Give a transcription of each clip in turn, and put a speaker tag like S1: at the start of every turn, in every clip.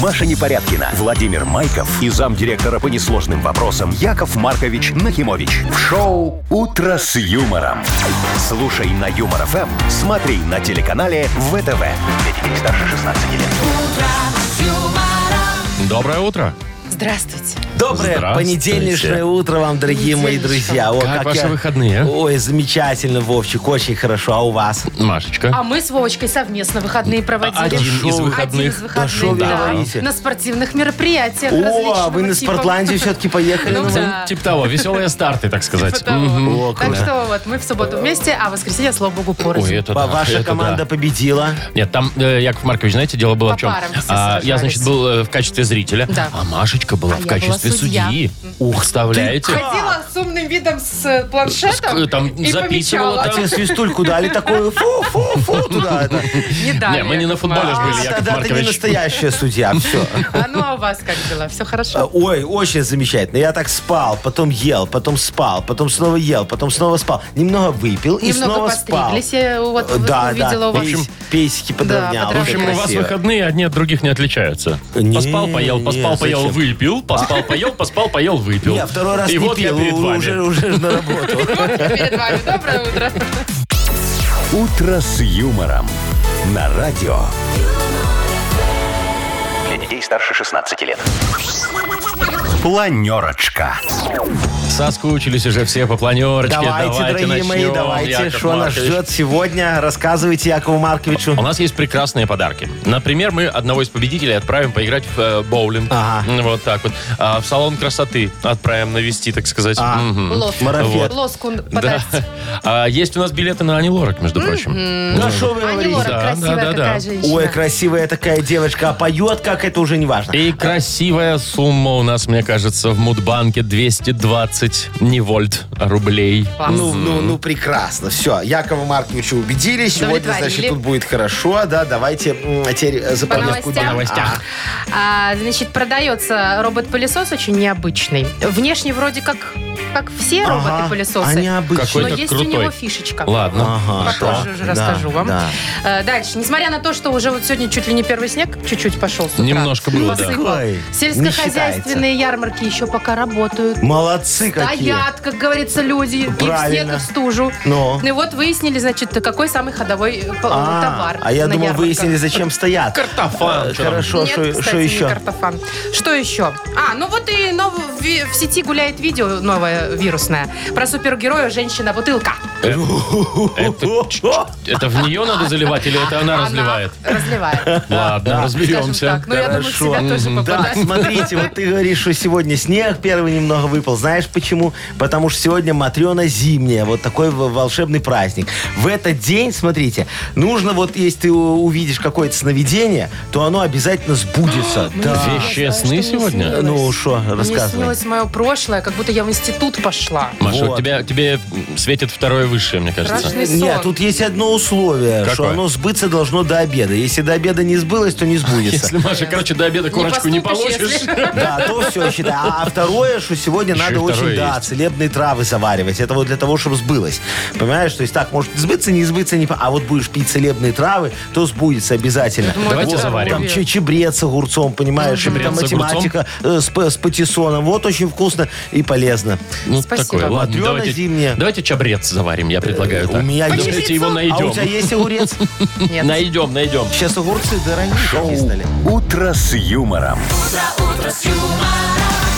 S1: Маша Непорядкина, Владимир Майков и замдиректора по несложным вопросам Яков Маркович Нахимович. В шоу «Утро с юмором». Слушай на Юмор ФМ, смотри на телеканале ВТВ. Для детей старше 16 лет.
S2: Доброе утро.
S3: Здравствуйте.
S4: Доброе
S2: Здравствуйте.
S4: понедельничное утро вам, дорогие мои друзья. О,
S2: Как ваши выходные?
S4: Ой, замечательно, Вовчик, очень хорошо. А у вас?
S2: Машечка.
S3: А мы с Вовочкой совместно выходные проводили.
S2: один из
S3: Один
S2: выходных.
S3: из
S2: Да
S3: выходных,
S4: что вы
S3: да.
S4: говорите?
S3: На спортивных мероприятиях
S4: О, а
S3: различного
S4: вы на
S3: типа.
S4: Спортландию все-таки поехали?
S3: Ну
S4: Ну,
S3: да.
S2: Типа того, веселые старты, так сказать.
S3: Типа того.
S2: Мгм.
S4: О,
S3: Так
S4: круто.
S3: что вот, мы в субботу вместе, а в воскресенье, слава богу,
S2: Ой,
S3: порознь.
S2: это
S4: Ва-
S2: Ну да,
S4: Ваша
S2: это
S4: команда
S2: да.
S4: победила.
S2: Нет, там, э, Яков Маркович, знаете, дело было
S3: По
S2: в чем? А,
S3: парам все
S2: я,
S3: сражались.
S2: значит, был э, в качестве зрителя,
S3: Да.
S2: а Машечка была
S3: А
S2: в
S3: я была
S2: качестве
S3: судья.
S2: судьи. Ух, вставляете?
S3: Ходила с умным видом с э, планшетом
S2: С- там
S3: и
S2: записывала,
S3: помечала.
S4: А тебе свистульку дали такую, фу-фу-фу, туда. это.
S3: Не дали.
S2: Не, мы не на
S3: Яков
S2: футболе ж
S3: Маркович.
S2: были, Яков
S4: Тогда ты не
S2: Маркович.
S4: настоящая судья, все.
S3: А ну а у вас как дела? Все
S4: А,
S3: хорошо?
S4: Ой, очень замечательно. Я так спал, потом ел, потом спал, потом снова ел, потом снова спал. Немного выпил и
S3: Немного
S4: снова спал.
S3: постриглись, я вот
S4: Э, да,
S3: увидела у
S4: да.
S3: вас.
S4: Пейс- пейсики подровнял.
S3: подровнял.
S2: В общем, у вас
S4: Красиво.
S2: выходные одни от других не отличаются.
S4: Не,
S2: поспал, поел,
S4: не,
S2: поспал, поел,
S4: зачем?
S2: выпил, поспал, поел, поспал, поел, выпил.
S4: Не, второй раз
S2: И
S4: не
S2: вот
S4: пил,
S2: я перед
S4: у-
S2: вами.
S4: уже, уже на работу.
S3: Перед вами доброе утро.
S1: «Утро с юмором» на радио. Для детей старше 16 лет. Планерочка.
S2: Соскучились уже все по планерочке.
S4: Давайте, дорогие мои,
S2: начнем,
S4: давайте.
S2: Яков
S4: Что нас
S2: Маркович.
S4: ждет сегодня? Рассказывайте Якову Марковичу.
S2: У нас есть прекрасные подарки. Например, мы одного из победителей отправим поиграть в э, боулинг.
S4: Ага.
S2: Ну, Вот так вот. А в салон красоты отправим навести, так сказать.
S4: А.
S2: Мгм.
S3: Лоск.
S4: Марафет.
S3: Лоску
S2: Да.
S3: подарите.
S2: А есть у нас билеты на Ани Лорак, между прочим.
S4: Ну что вы
S3: Аня
S4: говорите?
S3: Лора,
S2: Да,
S3: А красивая
S2: да, да,
S3: такая
S2: да.
S3: женщина.
S4: Ой, красивая такая девочка, а поет как, это уже не важно.
S2: И красивая сумма у нас, мне кажется, в Мудбанке 220 не вольт а рублей.
S4: Ну, ну, ну, прекрасно. Все, Якова Марковича убедили. Сегодня,
S3: Удовлетворили.
S4: значит, тут будет хорошо. Да, давайте м, теперь э, за
S3: По
S4: повестку
S3: новостям.
S4: дня.
S2: По новостях.
S3: А, значит, продается робот-пылесос очень необычный. Внешне вроде как, как все
S4: Ага, а
S3: роботы-пылесосы.
S4: необычно.
S3: Но
S2: Какой-то
S3: есть
S2: крутой.
S3: у него фишечка.
S2: Ладно.
S4: Ага,
S3: Попозже
S4: да,
S3: уже расскажу
S4: да,
S3: вам.
S4: да.
S3: Э, Дальше. Несмотря на то, что уже вот сегодня чуть ли не первый снег, чуть-чуть пошел с утра.
S2: Немножко было, да.
S3: посыпал.
S4: Ой,
S3: Сельскохозяйственные ярмарки еще пока работают.
S4: Молодцы какие.
S3: Стоят, как говорится, люди. И в снег, и
S4: Правильно.
S3: в стужу.
S4: Ну.
S3: И вот выяснили, значит, какой самый ходовой э, по-
S4: А,
S3: товар
S4: а я
S3: на
S4: думал,
S3: ярмарках.
S4: выяснили, зачем стоят.
S2: Картофан.
S4: Э, Хорошо,
S3: Нет,
S4: что
S3: кстати,
S4: что
S3: не
S4: еще?
S3: картофан. Что еще? А, ну вот и нов- ви- в сети гуляет видео новое вирусное про супергероя женщина-бутылка.
S2: Это, ч- ч- это в нее надо заливать или это она разливает?
S3: Разливает.
S2: Ладно, разберемся.
S3: Скажем так. Ну, я думаю, в себя
S4: Хорошо.
S3: тоже
S4: Да,
S3: попадает.
S4: смотрите, вот ты говоришь, что сегодня снег первый немного выпал. Знаешь почему? Потому что сегодня Матрена зимняя. Вот такой в- волшебный праздник. В этот день, смотрите, нужно вот, если ты у- увидишь какое-то сновидение, то оно обязательно
S3: А,
S4: сбудется. Да.
S2: Вещи сны сегодня?
S4: Ну, что,
S3: Мне
S4: рассказывай. М-м-м.
S3: снилось мое прошлое, как будто я в институт пошла.
S2: Маша,
S4: Вот.
S2: тебя, тебе светит второе высшее, мне кажется.
S3: Страшный сон.
S4: Нет, тут есть одно условие, что
S2: Какое?
S4: оно сбыться должно до обеда. Если до обеда не сбылось, то не сбудется.
S2: Если, Маша, короче, до обеда корочку не,
S3: поступишь,
S2: получишь.
S3: если-
S4: Да, то все считай. А второе, что сегодня
S2: Еще и
S4: надо
S2: второе
S4: очень, да,
S2: есть.
S4: целебные травы заваривать. Это вот для того, чтобы сбылось. Понимаешь? То есть так, может сбыться, не сбыться, не... по- А вот будешь пить целебные травы, то сбудется обязательно.
S3: думаю,
S2: Давайте
S4: Вот,
S2: заварим.
S4: Там че- чебрец с огурцом, понимаешь? Или там
S2: Чебрец с огурцом.
S4: математика э, с, п- с патиссоном. Вот очень вкусно и полезно.
S2: Ну,
S3: Спасибо.
S2: такое. Ладно,
S4: Матрёна
S2: давайте,
S4: зимняя.
S2: давайте чабрец заварим, я предлагаю.
S4: Э, у
S2: так.
S4: меня есть.
S2: Давайте его найдем.
S4: А у тебя есть огурец?
S3: Нет.
S2: Найдем, найдем.
S4: Сейчас огурцы дорогие
S1: Шоу
S4: такие стали.
S1: «Утро с юмором».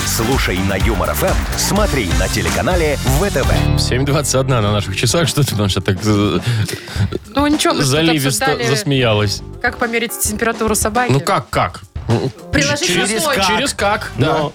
S1: Слушай на Юмор ФМ, смотри на телеканале ВТВ.
S2: 7.21 на наших часах. Что ты, Маша, так э,
S3: Ну ничего, мы
S2: заливисто
S3: тут обсуждали,
S2: засмеялась?
S3: как померить температу собаки.
S2: Ну как, как?
S3: Приложить
S2: через,
S3: ладошку.
S2: как. Через как, да.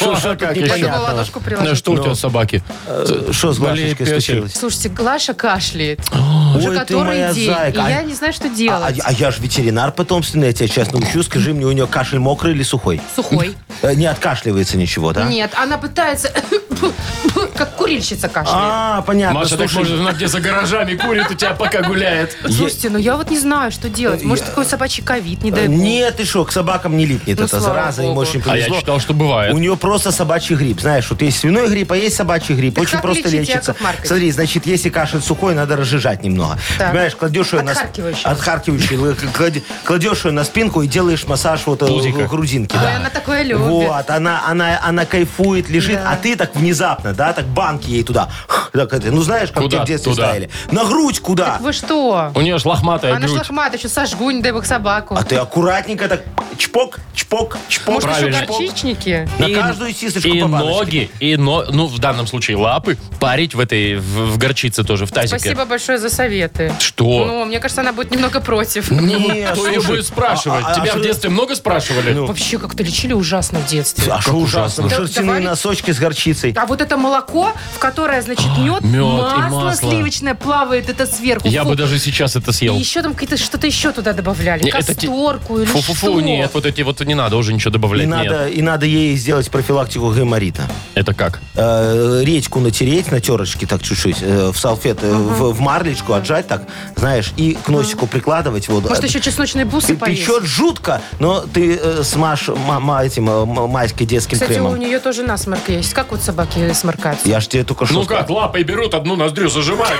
S4: Что, что, как
S2: не
S4: еще?
S3: Надо было
S4: понятно.
S3: ладошку
S2: Ну,
S3: приложить.
S2: что у тебя собаки?
S4: Э, Что с
S2: Болеет
S4: Машечкой
S2: пёсель.
S4: случилось?
S3: Слушайте, Глаша кашляет.
S4: Ой,
S3: Уже
S4: ты моя
S3: который день.
S4: зайка.
S3: И
S4: А-
S3: я не знаю, что
S4: А,
S3: делать.
S4: а я же ветеринар потомственный, я тебя сейчас научу. Скажи мне, у нее кашель мокрый или сухой?
S3: Сухой.
S4: Э, Не откашливается ничего, да?
S3: Нет, она пытается Как курильщица кашляет.
S4: А, понятно.
S2: Маша, так
S4: слушай.
S2: может, она где за гаражами курит, у тебя пока гуляет.
S3: Слушайте, ну я вот не знаю, что делать. Может, такой собачий ковид, не
S2: Э,
S3: дай бог.
S4: Нет, ты что, к собакам не липнет.
S3: Ну,
S4: это
S3: слава
S4: зараза, им
S3: богу.
S4: очень
S2: А я
S4: повезло.
S2: читал, что
S4: У
S2: бывает.
S4: нее просто собачий грипп. Знаешь, вот есть свиной грипп, а есть собачий грипп.
S3: Так
S4: Очень
S3: как
S4: просто
S3: лечить,
S4: лечится.
S3: Яков Маркович?
S4: Смотри, значит, если кашель сухой, надо разжижать немного.
S3: Так.
S4: Понимаешь, кладешь ее на с-
S3: Отхаркивающий.
S4: отхаркивающий, л- кладе- кладешь ее на спинку и делаешь массаж вот э,
S2: Пузико.
S4: грудинки.
S3: Ой,
S4: да.
S3: она такое любит.
S4: Вот, она, она, она кайфует, лежит, а ты так внезапно, да, так банки ей туда. Так это, ну знаешь, как
S2: Куда?
S4: тебе в детстве
S2: Туда.
S4: ставили? На грудь куда?
S3: Вы что?
S2: У нее ж лохматая
S3: Она
S2: грудь.
S3: шлахмата, еще сожгу, не дай бог собаку.
S4: А ты аккуратненько так чпок, чпок, чпок.
S3: Может, еще
S2: правильно.
S3: горчичники?
S4: На
S2: И-
S4: каждую сисочку
S2: И
S4: по баночке.
S2: ноги, и но, ну, в данном случае лапы парить в этой, в, в горчице тоже, в тазике.
S3: Спасибо большое за советы.
S2: Что?
S3: Ну, мне кажется, она будет немного против.
S2: Ну,
S4: Не,
S2: Кто ее
S4: слушай,
S2: будет спрашивать?
S4: а- а- а
S2: Тебя
S4: что- Ну.
S2: в детстве много спрашивали?
S3: Вообще как-то лечили ужасно в детстве.
S4: А что ужасно?
S2: ужасно?
S4: Шерстяные
S3: Давай.
S4: носочки с горчицей.
S3: А вот это молоко, в которое, значит, мед,
S2: А, мед и
S3: масло,
S2: масло.
S3: сливочное плавает, это сверху.
S2: Я
S3: Фу.
S2: бы даже сейчас это
S3: И
S2: съел.
S3: еще там какие-то что-то еще туда добавляли.
S2: Не, это те-
S3: Касторку или
S2: Фу-фу-фу,
S3: что?
S2: нет, вот эти вот не надо уже ничего добавлять.
S4: И
S2: Нет.
S4: надо, и надо ей сделать профилактику гайморита.
S2: Это как?
S4: Э, редьку натереть на терочке так чуть-чуть, э, в салфет, э, в, в марлечку отжать так, знаешь, и к носику прикладывать. А, Вот.
S3: Может, еще чесночные бусы
S4: Ты
S3: поесть?
S4: печет жутко, но ты э, смажь ма- ма- этим, э, м- майской детским
S3: Кстати, у
S4: кремом.
S3: нее тоже насморк есть. Как вот собаки сморкаются?
S4: Я ж тебе только что...
S2: Ну
S4: сказал.
S2: как, лапой берут, одну ноздрю зажимают.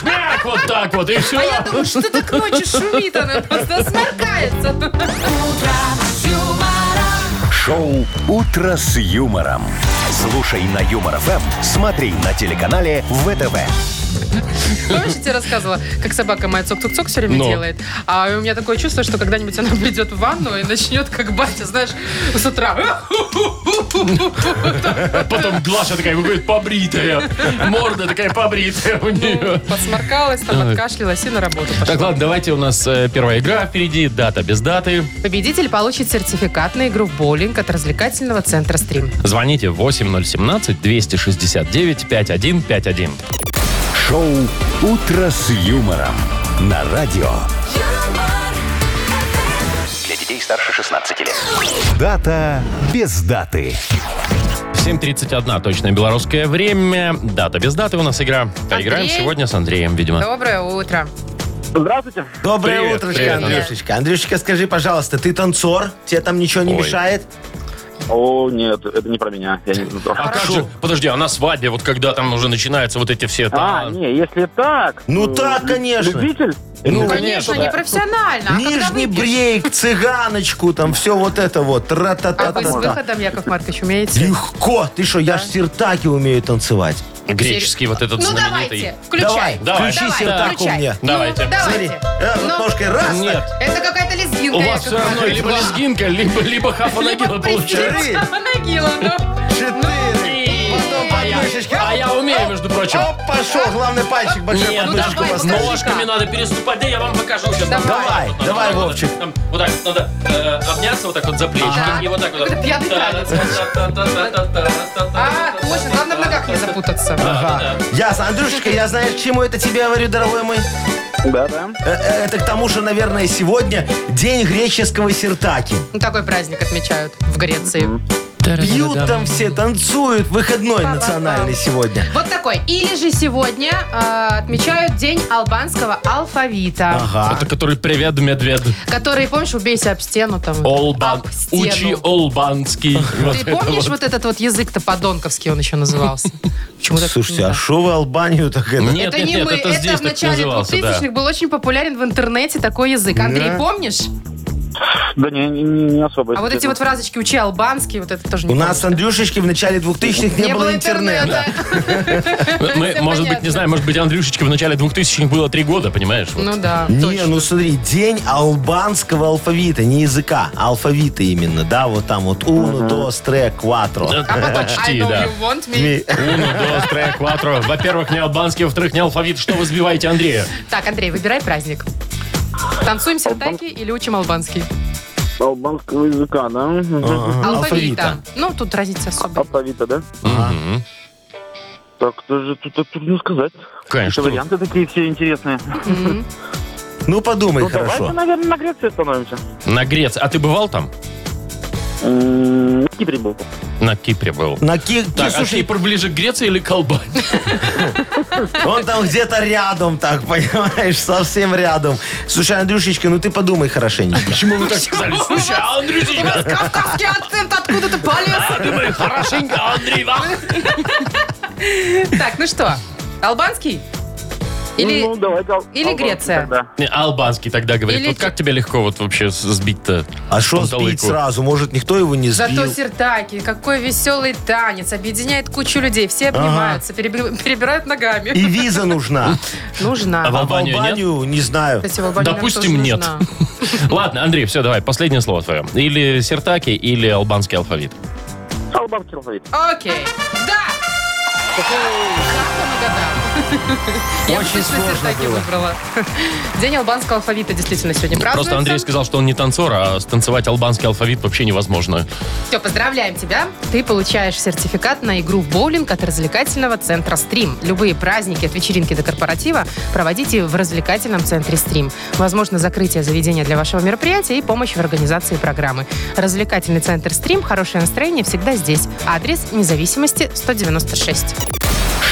S2: Шмяк, вот так вот, и
S3: А я
S2: все.
S3: думаю, что ты к ночи шумит, она просто сморкается.
S1: Шоу «Утро с юмором». Слушай на Юмор ФМ, смотри на телеканале ВТВ.
S3: Помнишь, я Ну, тебе рассказывала, как собака моя цок-цок-цок все время
S2: Ну.
S3: делает? А у меня такое чувство, что когда-нибудь она придет в ванну и начнет, как батя, знаешь, с утра.
S2: Потом Глаша такая выходит побритая. Морда такая побритая у нее.
S3: Посморкалась, там откашлялась и на работу пошла.
S2: Так, ладно, давайте у нас э, первая игра впереди. Дата без даты.
S3: Победитель получит сертификат на игру в боулинг от развлекательного центра «Стрим».
S2: Звоните 8017-269-5151.
S1: Шоу «Утро с юмором» на радио.
S5: Для детей старше 16 лет.
S1: Дата без даты.
S2: 7.31, точное белорусское время. Дата без даты у нас игра. Поиграем
S3: Андрей?
S2: сегодня с Андреем, видимо.
S3: Доброе утро.
S6: Здравствуйте.
S4: Доброе
S2: Привет,
S4: утро,
S2: привет,
S4: Андрюшечка. Андрюшечка, скажи, пожалуйста, ты танцор? Тебе там ничего не
S2: Ой.
S4: мешает?
S6: О, нет, это не про меня. Я не знаю.
S2: А как же, подожди, а на свадьбе, вот когда там уже начинаются вот эти все...
S6: А,
S2: там-
S6: не, если так...
S4: Ну
S6: то
S4: так,
S6: лю-
S4: конечно.
S6: Любитель?
S2: Ну,
S3: Конечно,
S2: да.
S3: не профессионально. а когда
S4: Нижний
S3: выпьешь?
S4: брейк, цыганочку, там все вот это вот.
S3: А вы с
S4: Тра-та-та-та-та.
S3: выходом, Яков Маркович, умеете?
S4: Легко. Ты что, я ж сиртаки умею танцевать.
S2: Греческий вот этот
S3: Ну
S2: знаменитый.
S3: давайте, включай.
S4: Давай,
S2: Давай.
S4: включи
S2: Давай,
S4: сиртаку
S3: включай.
S4: мне.
S3: Ну,
S2: Давайте.
S4: Смотри,
S3: давайте.
S4: э, вот
S3: Ну,
S4: ножкой раз.
S2: Нет,
S3: Это какая-то лезгинка,
S2: у вас
S3: Яков
S2: все равно
S3: Маркович.
S2: либо лезгинка, либо, либо хафанагила
S3: Либо
S2: получается.
S3: пристрелить Хапанагила, ну.
S4: так, четыре.
S2: И-
S4: Потом
S2: А я-
S4: подмышечки.
S2: А я умею, между прочим.
S4: Оп, пошел. Главное, пальчик большой
S2: Нет,
S4: под
S2: ну
S4: мышечку
S2: давай,
S4: поставь.
S3: поставь.
S2: ножками надо переступать. Да, я вам покажу сейчас.
S3: Давай.
S2: Вот
S4: Давай,
S2: так,
S4: давай,
S2: вот так,
S4: Вовчик.
S2: там, Вот так вот надо э, обняться вот так вот за плечи.
S3: Ага.
S2: И вот так вот.
S3: Какой-то пьяный танец. А, точно, главное в ногах не запутаться.
S4: Ага. Ясно. Андрюшечка, я знаю, к чему это тебе говорю, дорогой мой.
S6: Да-да.
S4: Э, э, Это к тому, что, наверное, сегодня день греческого сиртаки.
S3: Ну, такой праздник отмечают в Греции.
S4: Пьют там все, танцуют. Выходной
S3: Па-па-па.
S4: национальный сегодня.
S3: Вот такой. Или же сегодня э, отмечают День албанского алфавита.
S4: Ага.
S2: Это который привет, медведь.
S3: Который, помнишь, убейся об стену там.
S2: Олбан.
S3: Об стену.
S2: Учи олбанский. Вот
S3: Ты
S2: это
S3: помнишь
S2: вот.
S3: вот этот вот язык-то подонковский он еще назывался? Почему так
S4: Слушайте,
S3: не
S4: а
S3: так?
S4: что вы Албанию так это?
S2: Нет,
S3: это
S2: нет,
S3: не
S2: нет,
S3: мы,
S2: это
S3: это
S2: здесь
S3: в
S2: так
S3: начале
S2: назывался, да.
S3: 2000-х был очень популярен в интернете такой язык. Андрей,
S4: Да.
S3: помнишь?
S6: Да не, не, не особо.
S3: А вот эти вот фразочки «учи албанский», вот это тоже не
S4: У нас,
S3: помню.
S4: Андрюшечки, в начале 2000-х не, было интернета.
S2: Мы,
S3: Всё
S2: может быть, не
S3: понятно.
S2: знаю, может быть, Андрюшечке в начале 2000-х было три года, понимаешь? вот.
S3: Ну да,
S4: Не,
S3: точно.
S4: ну смотри, день албанского алфавита, не языка, а алфавита именно, да, вот там вот уно, dos, tre, quattro.
S2: Да,
S3: А потом «I
S2: Почти,
S3: know
S2: да.
S3: you want me».
S4: Ми-
S2: Uno, dos, tres, cuatro. Во-первых, не албанский, во-вторых, не алфавит. Что вы сбиваете Андрея?
S3: Так, Андрей, выбирай праздник. Танцуем сертаки или учим албанский?
S6: Албанского языка, да? Мгм.
S4: Ага,
S3: Алфавита. Ну, тут разница особо.
S6: Алфавита, да?
S2: Мгм.
S6: Так, кто же тут, тут трудно сказать.
S2: Конечно.
S6: Что варианты такие все интересные.
S3: Мгм.
S4: Ну подумай
S6: ну, давайте,
S4: хорошо.
S6: наверное, на Греции становимся.
S2: На Грец. А ты бывал там?
S6: М, На Кипре был.
S2: На Кипре был.
S4: На Ки- Ки-
S2: Так,
S4: слушай,
S2: а Кипр ближе к Греции или к Албании?
S4: Он там где-то рядом, так, понимаешь, совсем рядом. Слушай, Андрюшечка, ну ты подумай хорошенечко.
S2: А Почему вы Ну, так сказали? Слушай, а
S3: У
S2: Андрюшечка,
S3: вас кавказский акцент откуда-то полез.
S2: думай хорошенько, Андрей, а?
S3: Так, ну что, албанский? Или...
S6: Ну, давайте ал-
S3: или
S6: албанский
S3: Греция.
S6: тогда.
S2: Не, Албанский тогда говорит.
S3: Или
S2: Вот как тебе легко вот вообще с- сбить-то?
S4: А что сбить
S2: Панталыку.
S4: сразу? Может, никто его не
S3: Зато
S4: сбил?
S3: сертаки, какой веселый танец, объединяет кучу людей, все обнимаются, переб- перебирают ногами.
S4: И виза нужна.
S3: Нужна.
S2: А в
S4: А в
S2: Албанию нет?
S4: Албанию не знаю.
S3: Кстати, в Албании нам
S2: Допустим,
S3: тоже
S2: нет.
S3: нужна.
S2: Ладно, Андрей, все, давай, последнее слово твое. Или сертаки, или албанский алфавит.
S6: Албанский алфавит.
S3: Окей. Да! Как он угадал? Я бы
S4: Очень
S3: точно
S4: сложно
S3: сертаки
S4: было.
S3: выбрала. День албанского алфавита действительно сегодня празднуется.
S2: Просто Андрей сказал, что он не танцор, а станцевать албанский алфавит вообще невозможно.
S3: Все, поздравляем тебя. Ты получаешь сертификат на игру в боулинг от развлекательного центра «Стрим». Любые праздники от вечеринки до корпоратива проводите в развлекательном центре «Стрим». Возможно, закрытие заведения для вашего мероприятия и помощь в организации программы. Развлекательный центр «Стрим» – хорошее настроение всегда здесь. Адрес независимости 196.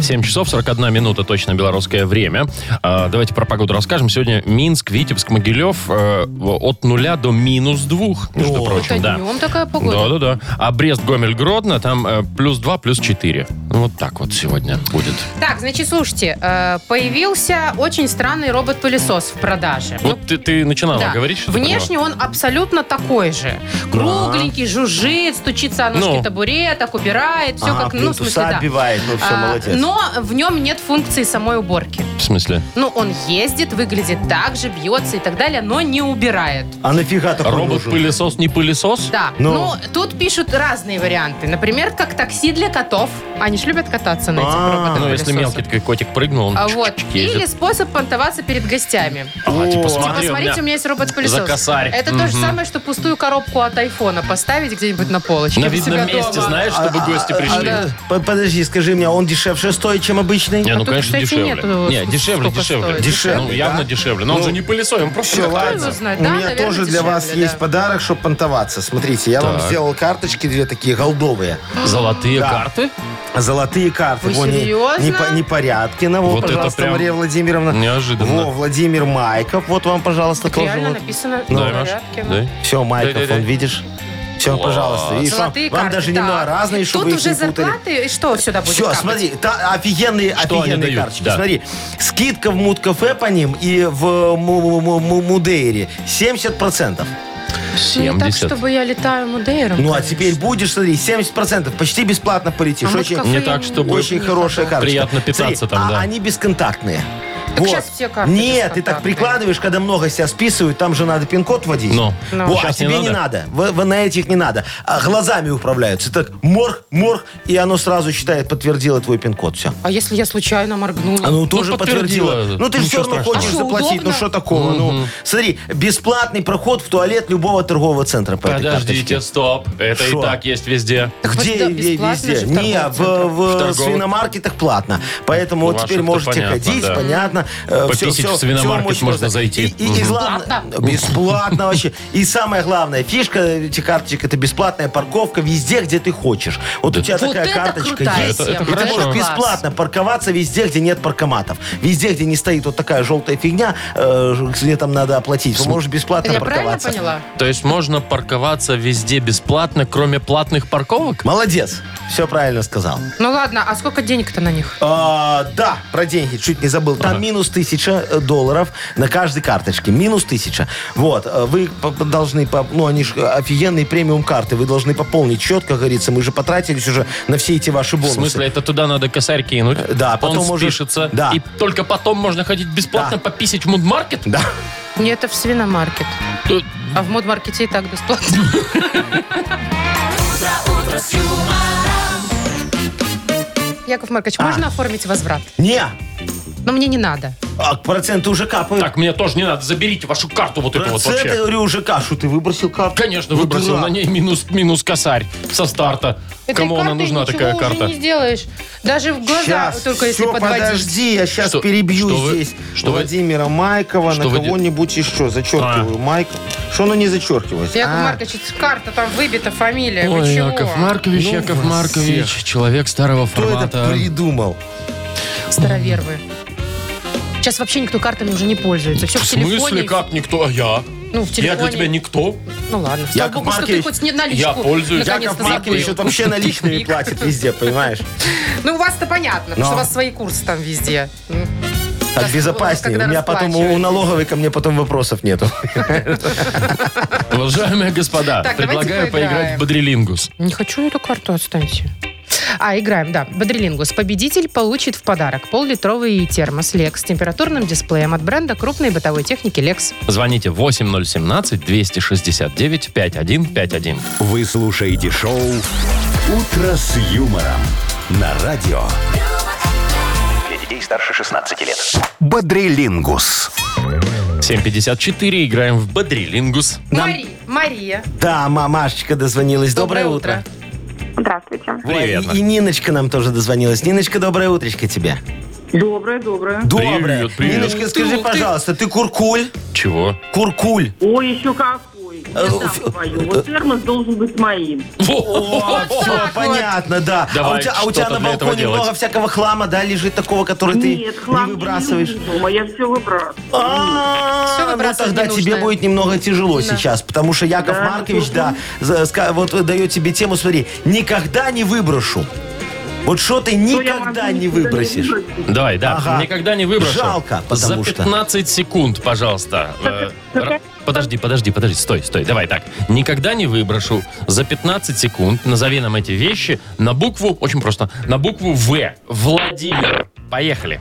S2: 7 часов 41 минута, точно белорусское время. А, давайте про погоду расскажем. Сегодня Минск, Витебск, Могилев э, от нуля до минус двух, между прочим. Да.
S3: днем такая погода.
S2: Да-да-да. А Брест, Гомель, Гродно, там э, плюс 2, плюс 4. Вот так вот сегодня будет.
S3: Так, значит, слушайте, э, появился очень странный робот-пылесос в продаже. Ну,
S2: Вот ты, ты начинала
S3: Да.
S2: говорить, что ты
S3: Внешне он абсолютно такой же. Кругленький, жужжит, стучится о ножки
S2: Ну.
S3: табуреток, убирает, все
S4: Ага,
S3: как, ну, в
S4: плинтуса
S3: смысле, да.
S4: оббивает, ну все,
S3: А,
S4: молодец.
S3: но в нем нет функции самой уборки.
S2: поняла. В смысле?
S3: Ну, он ездит, выглядит так же, бьется и так далее, но не убирает.
S4: А нафига такой нужен?
S2: Робот-пылесос не пылесос?
S3: Да.
S4: Ну.
S3: Ну, тут пишут разные варианты. Например, как такси для котов. Они же любят кататься на этих
S4: А,
S3: роботах.
S2: Ну, если мелкий такой котик прыгнул, он
S3: А вот.
S2: чик-чик-чик
S3: Или
S2: ездит.
S3: способ понтоваться перед гостями.
S2: А, типа,
S3: Типа,
S2: смотри, у
S3: смотрите, у
S2: меня
S3: меня есть робот-пылесос.
S2: за косарь.
S3: Это то же
S2: Мгм.
S3: самое, что пустую коробку от айфона поставить где-нибудь на полочке.
S2: на
S3: у себя
S2: видном месте,
S3: дома.
S2: знаешь, чтобы гости пришли.
S4: А, по- Подожди, скажи мне, он дешевше стоит, чем обычный?
S2: Не, ну,
S3: тут,
S2: конечно,
S3: кстати,
S2: дешевле.
S3: нету,
S2: не, дешевле,
S3: сколько
S2: дешевле.
S3: стоит.
S2: Ну,
S4: Дешевле,
S2: явно
S4: да?
S2: дешевле. Но он
S4: Ну,
S2: же не пылесой, он просто
S4: Все,
S2: катается.
S4: ладно.
S3: знает?
S4: У
S3: Да,
S4: меня
S3: наверное,
S4: тоже для
S3: дешевле,
S4: вас
S3: да.
S4: есть подарок, чтобы понтоваться. Смотрите, я вам
S2: Так.
S4: сделал карточки две такие голдовые.
S2: Ну, Золотые
S4: Да.
S2: карты?
S4: Золотые карты.
S3: Вы
S4: Во, не-
S3: серьезно?
S4: не по- Непорядки. на, во,
S2: Вот это
S4: пожалуйста,
S2: прям
S4: Мария Владимировна.
S2: неожиданно.
S4: Во, Владимир Майков. Вот вам, пожалуйста,
S3: Так
S4: тоже.
S3: реально
S4: вот.
S3: написано
S2: Да,
S3: в
S2: Маш,
S3: порядке, ну.
S2: дай.
S4: Все, Майков,
S2: Да-да-да.
S4: он, видишь? Все, пожалуйста. Видишь, вам,
S3: Золотые
S4: вам
S3: карты,
S4: даже
S3: так.
S4: немного разные, чтобы
S3: Тут
S4: их
S3: уже
S4: не путали.
S3: зарплаты, и что сюда будет
S4: Все,
S3: капать? Ну,
S4: смотри, та- офигенные,
S2: Что они
S4: офигенные
S2: дают?
S4: карточки.
S2: Да.
S4: Смотри, скидка в Муд-кафе по ним и в Му- Му- Му- Мудейре 70%.
S3: Ну, не так,
S2: 70.
S3: чтобы я летаю Мудейром.
S4: Ну, а
S3: конечно.
S4: теперь будешь, смотри, 70%, почти бесплатно полетишь.
S3: А
S4: очень
S3: «Муд-кафе»
S2: Не так,
S3: я
S2: чтобы-
S4: очень
S3: не
S4: хорошая
S3: ходила.
S4: карточка.
S2: Приятно питаться там,
S4: а
S2: да.
S4: они бесконтактные.
S3: Так щас все карты
S4: Нет, ты так
S3: бесконтактные.
S4: прикладываешь, когда много себя списывают, там же надо пин-код вводить.
S2: Ну.
S3: Ну.
S4: Во, а
S2: Щас не
S4: тебе не надо. В- в- на этих не надо. А глазами управляются. Так морг, морг, и оно сразу считает, подтвердило твой пин-код. Все.
S3: А если я случайно моргнула?
S4: А ну тоже
S2: подтвердила.
S4: подтвердила. Ну ты же все
S2: Ничего страшного.
S4: равно хочешь
S3: А что,
S4: заплатить.
S3: удобно?
S4: Ну что такого? Ну, смотри, бесплатный проход в туалет любого торгового центра по этой
S2: Подождите,
S4: карточке.
S2: стоп. Это
S4: Шо?
S2: и так есть везде.
S3: Так вот,
S4: Где
S3: да,
S4: и где,
S3: бесплатно
S4: везде?
S3: же в
S4: Не,
S3: торговых
S4: в,
S3: центрах.
S4: в
S2: торговых.
S4: свиномаркетах платно.
S2: У
S4: Поэтому вот
S2: ваших-то
S4: теперь можете
S2: понятно,
S4: ходить,
S2: да.
S4: понятно. э, всё-
S2: Пописить
S4: всё-
S2: в свиномаркет
S4: всё мощь
S2: можно
S4: просто.
S2: зайти.
S4: И, и- и
S2: Мгм.
S4: главное- э,
S3: Бесплатно?
S4: бесплатно вообще. И самая главная фишка этих карточек это бесплатная парковка везде, где ты хочешь. Вот у тебя
S3: Вот
S4: такая
S3: это
S4: карточка
S3: крутая
S4: есть.
S2: Это- это
S4: и ты
S2: хорошо.
S4: можешь бесплатно парковаться везде, где нет паркоматов. Везде, где не стоит вот такая желтая фигня, э, где там надо оплатить. Ты можешь бесплатно
S3: Я правильно
S4: парковаться.
S3: поняла?
S2: То есть можно парковаться везде бесплатно, кроме платных парковок?
S4: Молодец. Все правильно сказал.
S3: Ну ладно, а сколько денег-то на них?
S4: А, да, про деньги чуть не забыл. Там минус тысяча э, долларов на каждой карточке. Минус тысяча. Вот, э, вы по- по- должны, по- ну они же офигенные премиум карты, вы должны пополнить счет, как говорится. Мы же потратились уже на все эти ваши
S2: В
S4: бонусы.
S2: смысле, это туда надо косарь кинуть,
S4: Да, потом
S2: он
S4: можешь-
S2: спишется,
S4: да.
S2: и только потом можно ходить бесплатно
S4: Да.
S2: пописить в мудмаркет?
S4: Да.
S3: Не, это в свиномаркет.
S2: Э,
S3: А в модмаркете и так бесплатно.
S2: А.
S3: Яков Маркович, можно оформить возврат?
S4: Не,
S3: Но мне не надо.
S4: А проценты уже капают.
S2: Так, мне тоже не надо. Заберите вашу карту вот эту вот
S4: Проценты,
S2: вообще.
S4: говорю, уже кашу. Ты выбросил карту?
S2: Конечно,
S4: Ну,
S2: выбросил
S4: дурак.
S2: на ней минус, минус косарь со старта.
S3: Этой
S2: Кому она
S3: картой
S2: нужна,
S3: ничего
S2: такая
S3: уже
S2: карта?
S3: не сделаешь. Даже в глаза,
S4: Щас,
S3: Ну только если
S4: всё,
S3: подводишь.
S4: подожди, я сейчас
S2: Что-
S4: перебью
S2: что вы-
S4: здесь
S2: что вы-
S4: Владимира Майкова
S2: что вы
S4: на
S2: де- А.
S4: кого-нибудь еще. Зачеркиваю Майков. Что оно не зачеркивается?
S3: Яков
S4: А,
S3: Маркович, это карта там выбита, фамилия. Вы
S2: Ой,
S3: чего?
S2: Яков Маркович,
S4: Ну
S2: Яков
S4: вас
S2: Маркович,
S4: всех.
S2: человек старого
S4: кто это
S2: формата.
S4: придумал?
S3: Старовервы. Сейчас вообще никто картами уже не пользуется. Все в,
S2: В
S3: телефоне.
S2: смысле, как никто? А я?
S3: Ну, в
S2: Я
S3: телефоне.
S2: для тебя никто?
S3: Ну ладно. Слава
S4: Яков
S3: богу, что ты
S4: Маркович,
S3: хоть не наличку.
S2: я пользуюсь.
S3: наконец-то
S4: Яков Маркович
S3: закрыл.
S4: вот вообще наличными
S3: Тупик.
S4: платит везде, понимаешь?
S3: Ну, у вас-то понятно, потому
S4: Но.
S3: что у вас свои курсы там везде. М.
S4: Так безопаснее.
S3: когда
S4: У меня потом у
S3: расплачиваетесь.
S4: налоговой ко мне потом вопросов нету.
S2: Уважаемые господа,
S3: Так, давайте
S2: предлагаю
S3: поиграем.
S2: поиграть в бодрилингус.
S3: Не хочу эту карту, отстаньте. А, играем, да. Бодрилингус. Победитель получит в подарок пол-литровый термос Lex с температурным дисплеем от бренда крупной бытовой техники Lex.
S2: Звоните 8017-269-5151.
S1: Вы слушаете шоу «Утро с юмором» на радио
S5: Для детей старше 16 лет.
S1: «Бодрилингус».
S2: 7.54, играем в бодрилингус.
S4: Нам-
S3: Мари, Мария.
S4: Да, мамашечка дозвонилась. Доброе,
S3: Доброе
S4: утро.
S7: Здравствуйте.
S4: Ой,
S2: Привет,
S4: И, и Ниночка нам тоже дозвонилась. Ниночка, доброе утречко тебе.
S7: Доброе, доброе.
S4: Доброе.
S2: привет.
S4: Ниночка, скажи,
S3: Ты-
S4: пожалуйста, ты куркуль?
S2: Чего?
S4: Куркуль.
S7: Ой, еще какой.
S4: Э,
S7: Я сам свою. Вот термос должен быть моим.
S4: О, все
S3: так вот.
S4: понятно, да.
S2: Давай,
S4: а у тебя, а у
S2: что-то
S4: тебя на
S2: для этого
S4: балконе
S2: делать.
S4: много всякого хлама, да, лежит такого, который ты
S7: Нет, хлам
S4: не
S7: я
S4: выбрасываешь.
S7: люблю дома, я все выбрасываю.
S4: А,
S3: Всё
S4: ну
S3: выбрасывать
S4: тогда
S3: ненужное.
S4: тебе будет немного тяжело
S3: Да.
S4: сейчас, потому что Яков
S7: Да,
S4: Маркович,
S7: ну,
S4: да, за- ска- вот дает тебе тему, смотри, никогда не выброшу. Вот что ты
S7: Что Ну, я могу
S4: никогда не
S7: никуда
S4: выбросишь.
S7: выбросить?
S2: Давай, да,
S4: Ага.
S2: никогда не выброшу.
S4: Жалко,
S2: За
S4: потому что.
S2: 15 секунд, пожалуйста. Э, р- Подожди, подожди, подожди, стой, стой, давай так. Никогда не выброшу. За 15 секунд назови нам эти вещи на букву, очень просто, на букву В. Владимир. Поехали.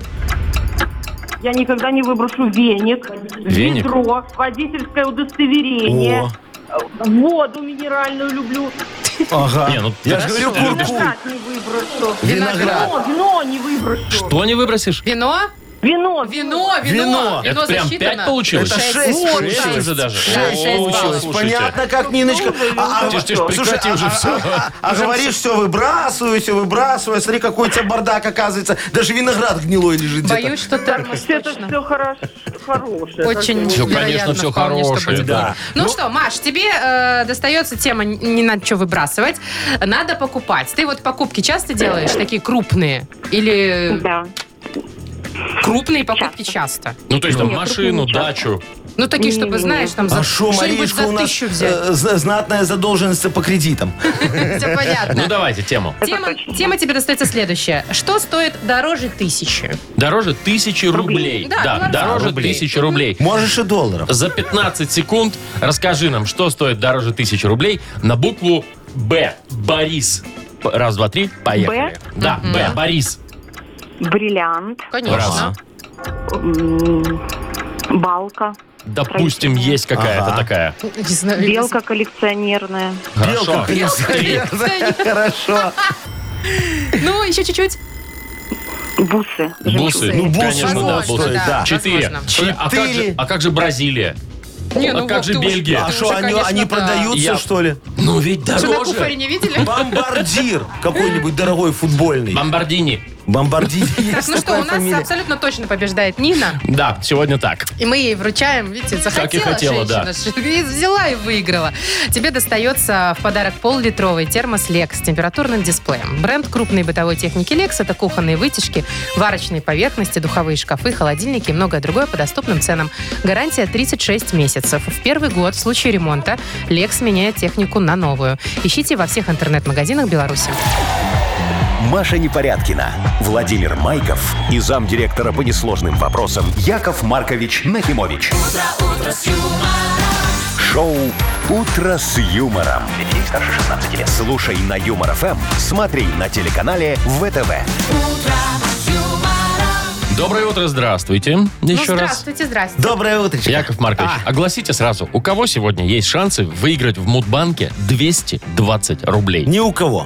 S7: Я никогда не выброшу веник,
S2: Веник?
S7: ведро, водительское удостоверение, э, воду минеральную люблю,
S4: Ага.
S2: Не, ну,
S4: А, Я
S2: ты
S4: же говорю,
S2: хорошо любишь.
S4: курку.
S7: виноград не выброшу,
S4: Виноград.
S7: вино, вино не выброшу,
S2: Что не выбросишь?
S3: Вино?
S7: вино,
S3: Вино, вино. Вино
S4: Вино.
S2: Это прям
S3: засчитано?
S2: 5 получилось?
S4: Это
S3: Шесть.
S4: шесть
S3: Вот
S4: получилось.
S3: так.
S2: уже даже.
S3: Шесть,
S2: О,
S3: шесть баллов.
S2: слушайте.
S4: Понятно, как Ниночка. А, а-
S2: Тише, тише,
S4: слушай,
S2: прекрати
S4: а-
S2: уже
S4: а-
S2: всё.
S4: а- А говоришь, все выбрасываю, все выбрасываю. Смотри, какой у тебя бардак оказывается. Даже виноград гнилой лежит где-то.
S3: Боюсь, что термос
S7: это
S3: точно.
S7: все хорошо, хорошее.
S3: Очень
S2: Всё, конечно,
S3: вероятно,
S2: всё
S3: вполне, что
S2: хорошее,
S3: будет.
S4: да.
S3: Ну,
S4: Ну-
S3: что, Маш, тебе э, достается тема «Не- «Не надо что выбрасывать, надо покупать». Ты вот покупки часто делаешь, такие крупные? Или
S7: Да.
S3: крупные покупки часто?
S2: Ну, то есть там
S7: Нет,
S2: машину,
S7: ничего.
S2: дачу.
S3: Ну, такие, чтобы,
S7: Не-не-не.
S3: знаешь, там за
S4: А шо,
S3: что-нибудь
S4: Маришка,
S3: за
S4: у нас
S3: тысячу взять.
S4: э, зна- знатная задолженность по кредитам.
S3: Все
S2: Ну,
S3: понятно.
S2: давайте тему.
S3: Тема,
S7: точно.
S3: тема тебе достается следующая. Что стоит дороже тысячи?
S2: Дороже тысячи рублей.
S3: Да,
S2: Да,
S3: ну,
S2: дороже
S3: рублей.
S2: тысячи рублей.
S4: Можешь и долларов.
S2: За 15 секунд расскажи нам, что стоит дороже тысячи рублей на букву Б. Борис. П- Раз, два, три, поехали.
S7: «Б»?
S2: Да, Б. Борис.
S7: Бриллиант,
S2: Раз.
S3: Конечно.
S7: балка,
S2: Допустим, есть какая-то
S4: Ага.
S2: такая.
S3: Не знаю,
S7: коллекционерная.
S2: Хорошо. Три.
S4: Хорошо.
S3: Ну, еще чуть-чуть.
S7: Бусы.
S2: Бусы.
S4: Ну, бусы,
S2: Конечно, да,
S4: возможно,
S2: бусы.
S4: да.
S2: Четыре.
S3: Возможно.
S2: Э, А как, же,
S4: Четыре.
S2: а как же Бразилия?
S3: Не,
S2: А как
S3: Вов,
S2: же
S3: ты уж-
S2: Бельгия?
S3: ты
S4: А
S3: уже,
S4: что, они,
S3: конечно,
S4: они
S3: да.
S4: продаются,
S2: Я-
S4: что ли?
S2: Ну ведь
S3: Что, на кухаре
S2: дороже.
S3: не видели?
S4: Бомбардир какой-нибудь дорогой футбольный.
S2: Бомбардини.
S4: Бомбардир
S3: Так,
S4: есть
S3: ну что,
S4: такая
S3: у нас
S4: фамилия.
S3: абсолютно точно побеждает Нина.
S2: Да, сегодня так.
S3: И мы ей вручаем, видите, захотела,
S2: Как и хотела, да.
S3: женщина, и взяла и выиграла. Тебе достается в подарок пол-литровый термос Lex с температурным дисплеем. Бренд крупной бытовой техники Lex – это кухонные вытяжки, варочные поверхности, духовые шкафы, холодильники и многое другое по доступным ценам. Гарантия 36 месяцев. В первый год в случае ремонта Lex меняет технику на новую. Ищите во всех интернет-магазинах Беларуси.
S1: Маша Непорядкина, Владимир Майков и замдиректора по несложным вопросам Яков Маркович Нахимович. Шоу Утро с юмором. Для детей старше 16 лет. Слушай на юмор ФМ, смотри на телеканале ВТВ.
S2: Доброе утро, здравствуйте. Еще
S3: ну,
S2: раз.
S3: здравствуйте, здравствуйте.
S4: Доброе утречко.
S2: Яков Маркович,
S3: А.
S2: огласите сразу, у кого сегодня есть шансы выиграть в Мудбанке 220 рублей?
S4: Ни у кого.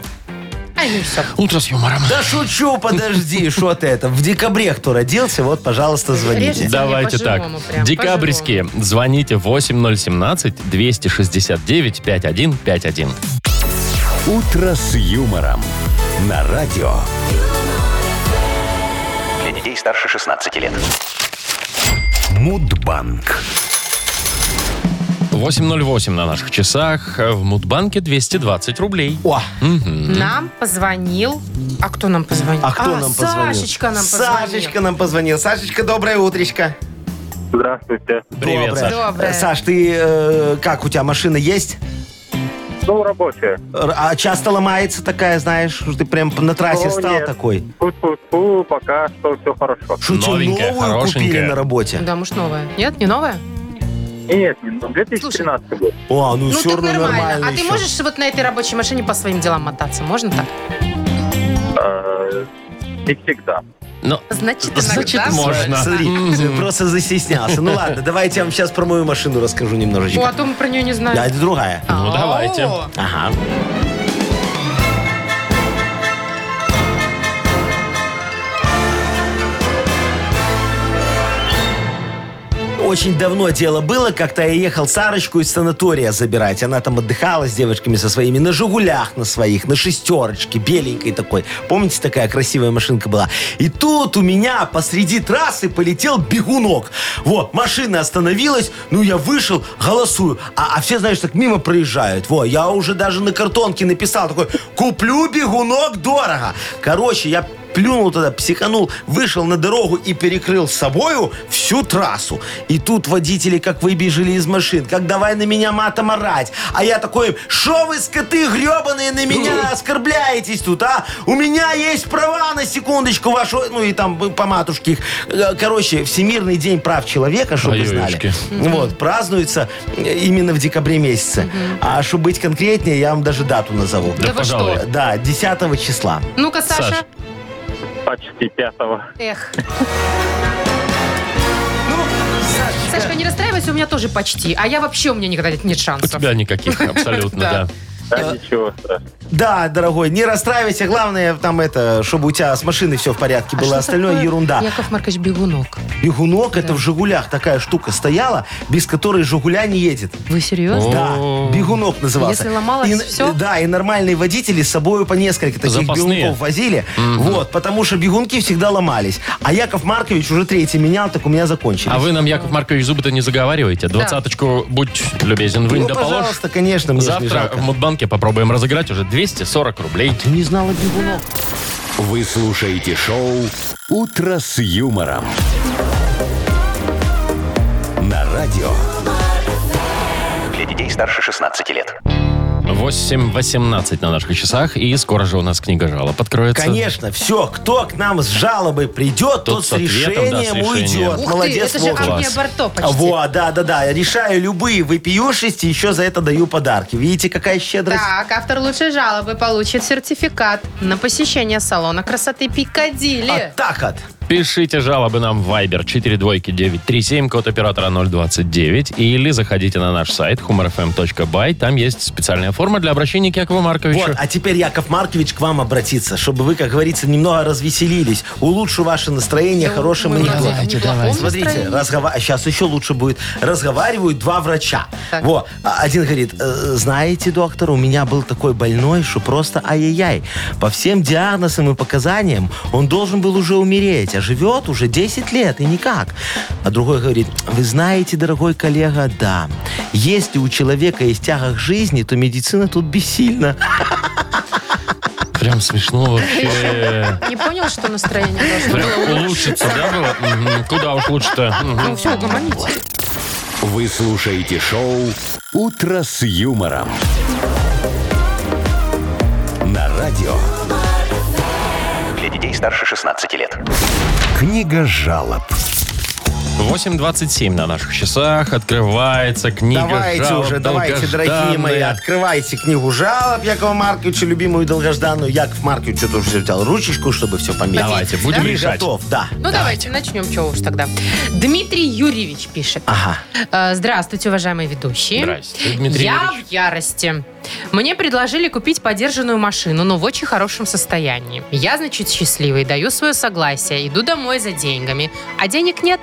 S3: А, ну все.
S2: Утро с юмором.
S4: Да шучу, подожди, что ты это? В декабре кто родился, вот, пожалуйста, звоните.
S3: Режете.
S2: Давайте так.
S3: по-живому прям,
S2: Декабрьские. Звоните 8017-269-5151.
S1: «Утро с юмором» на радио.
S5: Для детей старше 16 лет.
S1: Мудбанк.
S2: 8.08 на наших часах. В Мудбанке 220 рублей.
S4: О,
S3: Нам позвонил... А кто нам позвонил?
S4: а кто нам позвонил?
S3: Сашечка нам позвонил.
S4: Сашечка нам позвонил. Сашечка, доброе утречко.
S6: Здравствуйте.
S2: Привет,
S4: Доброе.
S2: Саш.
S3: Доброе.
S4: Э, Саш, ты э, как, у тебя машина есть?
S6: Ну, рабочая.
S4: Р- А часто ломается такая, знаешь, что ты прям на трассе
S6: О,
S4: стал
S6: нет.
S4: такой?
S6: Пу-пу-пу, пока что все хорошо.
S4: Шучу,
S2: Новенькая,
S4: новую купили
S2: хорошенькая.
S4: на работе.
S3: Да, может, новая. Нет, не новая?
S6: Нет, не- 2013 год.
S4: О, ну,
S3: Ну,
S4: все
S3: так
S4: равно
S3: нормально.
S4: нормально.
S3: а ты
S4: еще.
S3: можешь вот на этой рабочей машине по своим делам мотаться? Можно так?
S6: Э, И всегда.
S2: Ну,
S3: Значит, иногда...
S2: значит,
S4: Э,
S2: можно.
S4: Смотри, просто застеснялся. Ну ладно, давайте я вам сейчас про мою машину расскажу
S3: О, а
S4: немножечко.
S3: то мы про нее не знаем.
S4: Да, это другая.
S3: А.
S2: Ну, давайте.
S3: О,
S4: Ага. Очень давно дело было, как-то я ехал Сарочку из санатория забирать. Она там отдыхала с девочками со своими на «Жигулях» на своих, на «шестерочке», беленькой такой. Помните, такая красивая машинка была? И тут у меня посреди трассы полетел бегунок. Вот, машина остановилась, ну я вышел, голосую. А, а все, знаешь, так мимо проезжают. Во, я уже даже на картонке написал такой, куплю бегунок дорого. Короче, я плюнул тогда, психанул, вышел на дорогу и перекрыл с собою всю трассу. И тут водители как выбежали из машин, как давай на меня матом орать. А я такой, им, шо вы, скоты гребаные, на меня оскорбляетесь тут, а? У меня есть права на секундочку вашу, ну и там по матушке их. Э, Короче, Всемирный день прав человека, чтобы вы знали.
S2: Ой-ой-ой-шки.
S4: Вот, празднуется э, именно в декабре месяце. А чтобы быть конкретнее, я вам даже дату назову.
S2: Да,
S3: Да вы что?
S2: пожалуй.
S4: Да, 10 числа.
S3: Ну-ка, Саша.
S2: Саш.
S6: Почти пятого.
S3: Эх. Сашка, не расстраивайся, у меня тоже почти. А я вообще, у меня никогда нет, нет
S2: У
S3: шансов.
S2: тебя никаких, абсолютно, да.
S3: Да.
S6: Да, ничего страшного.
S4: Да, дорогой, не расстраивайся. Главное, там это, чтобы у тебя с машиной все в
S3: А
S4: порядке было.
S3: что
S4: Остальное
S3: такое
S4: ерунда.
S3: Яков Маркович Бегунок.
S4: Бегунок это в Жигулях такая штука стояла, без которой Жигуля не едет.
S3: Вы серьезно?
S2: О.
S4: Да, бегунок назывался.
S3: Если ломалось,
S4: И-
S3: всё?
S4: Да, и нормальные водители с собой по несколько таких
S2: Запасные.
S4: бегунков возили. Вот, потому что бегунки всегда ломались. А Яков Маркович уже третий менял, так у меня закончились.
S2: А вы нам, Яков Маркович, зубы-то не заговариваете. Двадцаточку, будь любезен, вынь
S4: ну,
S2: да положь.
S4: пожалуйста, конечно, мне ж не
S2: Завтра
S4: жалко.
S2: в Мудбанке попробуем разыграть уже 240 рублей.
S4: Ты не знала бегунок.
S1: Вы слушаете шоу «Утро с юмором». На радио.
S5: Для детей старше 16 лет.
S2: 8.18 на наших часах, и скоро же у нас книга жалоб откроется.
S4: Конечно, все, кто к нам с жалобой придет, тот,
S2: с
S4: с,
S2: ответом, да, с
S4: решением
S2: решением.
S3: Ух
S4: уйдет.
S3: ты,
S4: Молодец,
S3: это же
S4: Вовка.
S3: Агния
S2: Класс.
S3: Барто
S4: А,
S3: почти.
S4: Во, да, да, да. Я решаю любые выпиюшести, еще за это даю подарки. Видите, какая щедрость?
S3: Так, автор лучшей жалобы получит сертификат на посещение салона красоты Пикадилли.
S4: А так от.
S2: Пишите жалобы нам в Viber 42937, код оператора 029, или заходите на наш сайт humorfm.by, там есть специальная форма для обращения к Якову Марковичу.
S4: Вот, а теперь Яков Маркович к вам обратится, чтобы вы, как говорится, немного развеселились. Улучшу ваше настроение хорошим
S3: Мы вроде
S4: анекдотом.
S3: в неплохом
S4: Смотрите,
S3: настроении.
S4: сейчас еще лучше будет. Разговаривают два врача.
S3: Так.
S4: Во, а один говорит, «Э, знаете, доктор, у меня был такой больной, что просто ай-яй-яй. По всем диагнозам и показаниям он должен был уже умереть, а живет уже 10 лет и никак. А другой говорит, вы знаете, дорогой коллега, да, если у человека есть тяга к жизни, то медицина тут бессильна. а
S2: Прям смешно вообще.
S3: Не понял, что настроение должно
S2: Прям
S3: было
S2: улучшится, да, было? Мгм. Куда уж лучше-то? Мгм.
S3: Ну все, угомоните.
S1: Вы слушаете шоу «Утро с юмором». На радио.
S5: Для детей старше 16 лет.
S1: Книга жалоб.
S2: 8.27 на наших часах. Открывается книга
S4: Давайте
S2: жалоб,
S4: уже, давайте, дорогие мои,
S2: долгожданная.
S4: открывайте книгу жалоб Якова Марковича, любимую долгожданную. Яков Маркович что-то уже взял ручечку, чтобы все пометить.
S2: Давайте, будем
S4: И
S2: решать.
S4: готов, да.
S3: Ну давайте, начнем, чего уж тогда. Дмитрий Юрьевич пишет.
S4: Ага.
S3: Э, Здравствуйте, уважаемые ведущие.
S2: Здрасте, Дмитрий
S3: Я
S2: Юрьевич.
S3: в ярости. Мне предложили купить подержанную машину, но в очень хорошем состоянии. Я, значит, счастливый, даю свое согласие, иду домой за деньгами. А денег нет.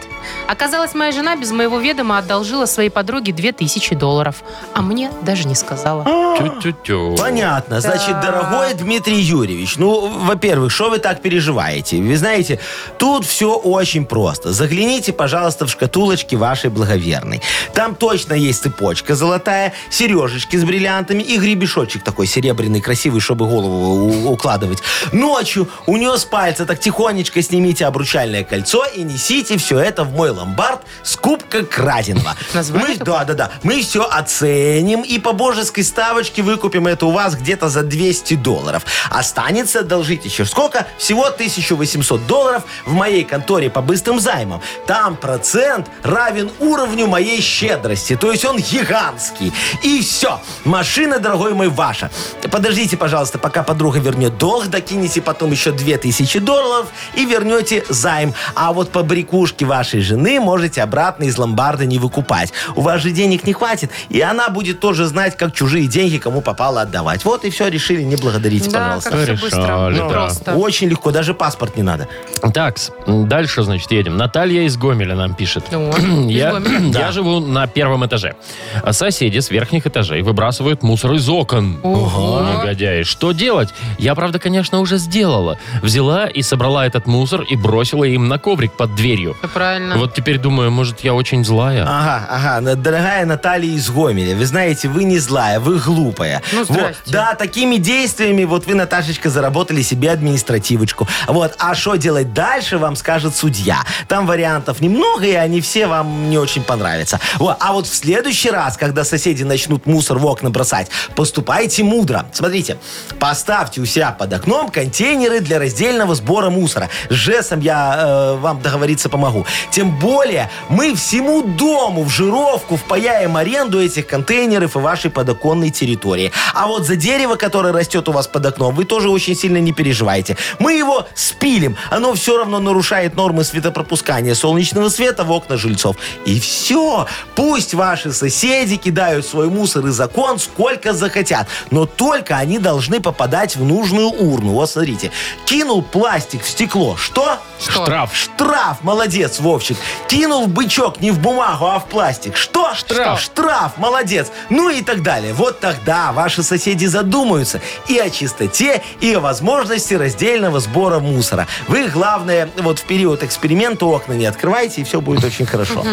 S3: Оказалось, моя жена без моего ведома одолжила своей подруге 2000 долларов. А мне даже не сказала.
S2: Тю-тю-тю.
S4: Понятно. Значит, дорогой Дмитрий Юрьевич, ну, во-первых, что вы так переживаете? Вы знаете, тут все очень просто. Загляните, пожалуйста, в шкатулочки вашей благоверной. Там точно есть цепочка золотая, сережечки с бриллиантами и гребешочек такой серебряный, красивый, чтобы голову у- укладывать. Ночью у нее с пальца так тихонечко снимите обручальное кольцо и несите все это в мой ломбард с кубка краденого.
S3: Название
S4: Мы- да, да, да. Мы все оценим и по божеской ставочке выкупим это у вас где-то за 200 долларов. Останется одолжить еще сколько? Всего 1800 долларов в моей конторе по быстрым займам. Там процент равен уровню моей щедрости. То есть он гигантский. И все. Машина, дорогой мой, ваша. Подождите, пожалуйста, пока подруга вернет долг, докинете потом еще 2000 долларов и вернете займ. А вот по брякушке вашей жены можете обратно из ломбарда не выкупать. У вас же денег не хватит, и она будет тоже знать, как чужие деньги кому попало отдавать. Вот и все, решили, не благодарите,
S3: Да,
S4: пожалуйста.
S3: как все
S2: Решали,
S3: быстро. Ну,
S2: да.
S3: Просто.
S4: Очень легко, даже паспорт не надо.
S2: Так, дальше, значит, едем. Наталья из Гомеля нам пишет.
S3: Ну, из
S2: Я,
S3: Гомеля.
S2: я живу на первом этаже. А Соседи с верхних этажей выбрасывают мусор из окон.
S3: Ого.
S2: Негодяи. Что делать? Я, правда, конечно, уже сделала. Взяла и собрала этот мусор и бросила им на коврик под дверью.
S3: Всё правильно.
S2: Вот теперь думаю, может, я очень злая.
S4: Ага, ага, На- дорогая Наталья из Гомеля, вы знаете, вы не злая, вы глупая.
S3: Ну, здрасте.
S4: Вот, да, такими действиями вот вы, Наташечка, заработали себе административочку. Вот, а что делать дальше, вам скажет судья. Там вариантов немного, и они все вам не очень понравятся. Вот, а вот в следующий раз, когда соседи начнут мусор в окна бросать, поступайте мудро. Смотрите, поставьте у себя под окном контейнеры для раздельного сбора мусора. С ЖЭСом я э, вам договориться помогу. Тем более, мы всему дому в жировку впаяем аренду этих контейнеров и вашей подоконной территории. А вот за дерево, которое растет у вас под окном, вы тоже очень сильно не переживайте. Мы его спилим. Оно все равно нарушает нормы светопропускания солнечного света в окна жильцов. И все. Пусть ваши соседи кидают свой мусор и закон сколько захотят. Но только они должны попадать в нужную урну. Вот смотрите. Кинул пластик в стекло. Что?
S2: Штраф.
S4: Штраф, молодец, Вовчик. Кинул бычок не в бумагу, а в пластик. Что?
S2: Штраф.
S4: Штраф, молодец. Ну и так далее. Вот тогда ваши соседи задумаются и о чистоте, и о возможности раздельного сбора мусора. Вы, главное, вот в период эксперимента окна не открывайте, и все будет очень хорошо.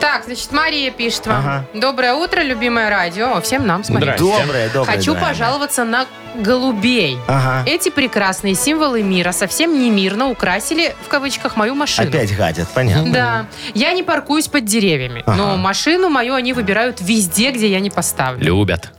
S3: Так, значит, Мария пишет вам. Доброе утро, любимое радио. О, Всем нам, смотрите.
S2: Здрасте.
S4: Доброе, доброе.
S3: Хочу
S4: дорогая.
S3: пожаловаться на голубей.
S4: Ага.
S3: Эти прекрасные символы мира совсем не мирно украсили, в кавычках, мою машину.
S4: Опять Ну, гадят, понятно.
S3: Да. Я не паркуюсь под деревьями, но машину мою они выбирают везде, где я не поставлю.
S2: Любят.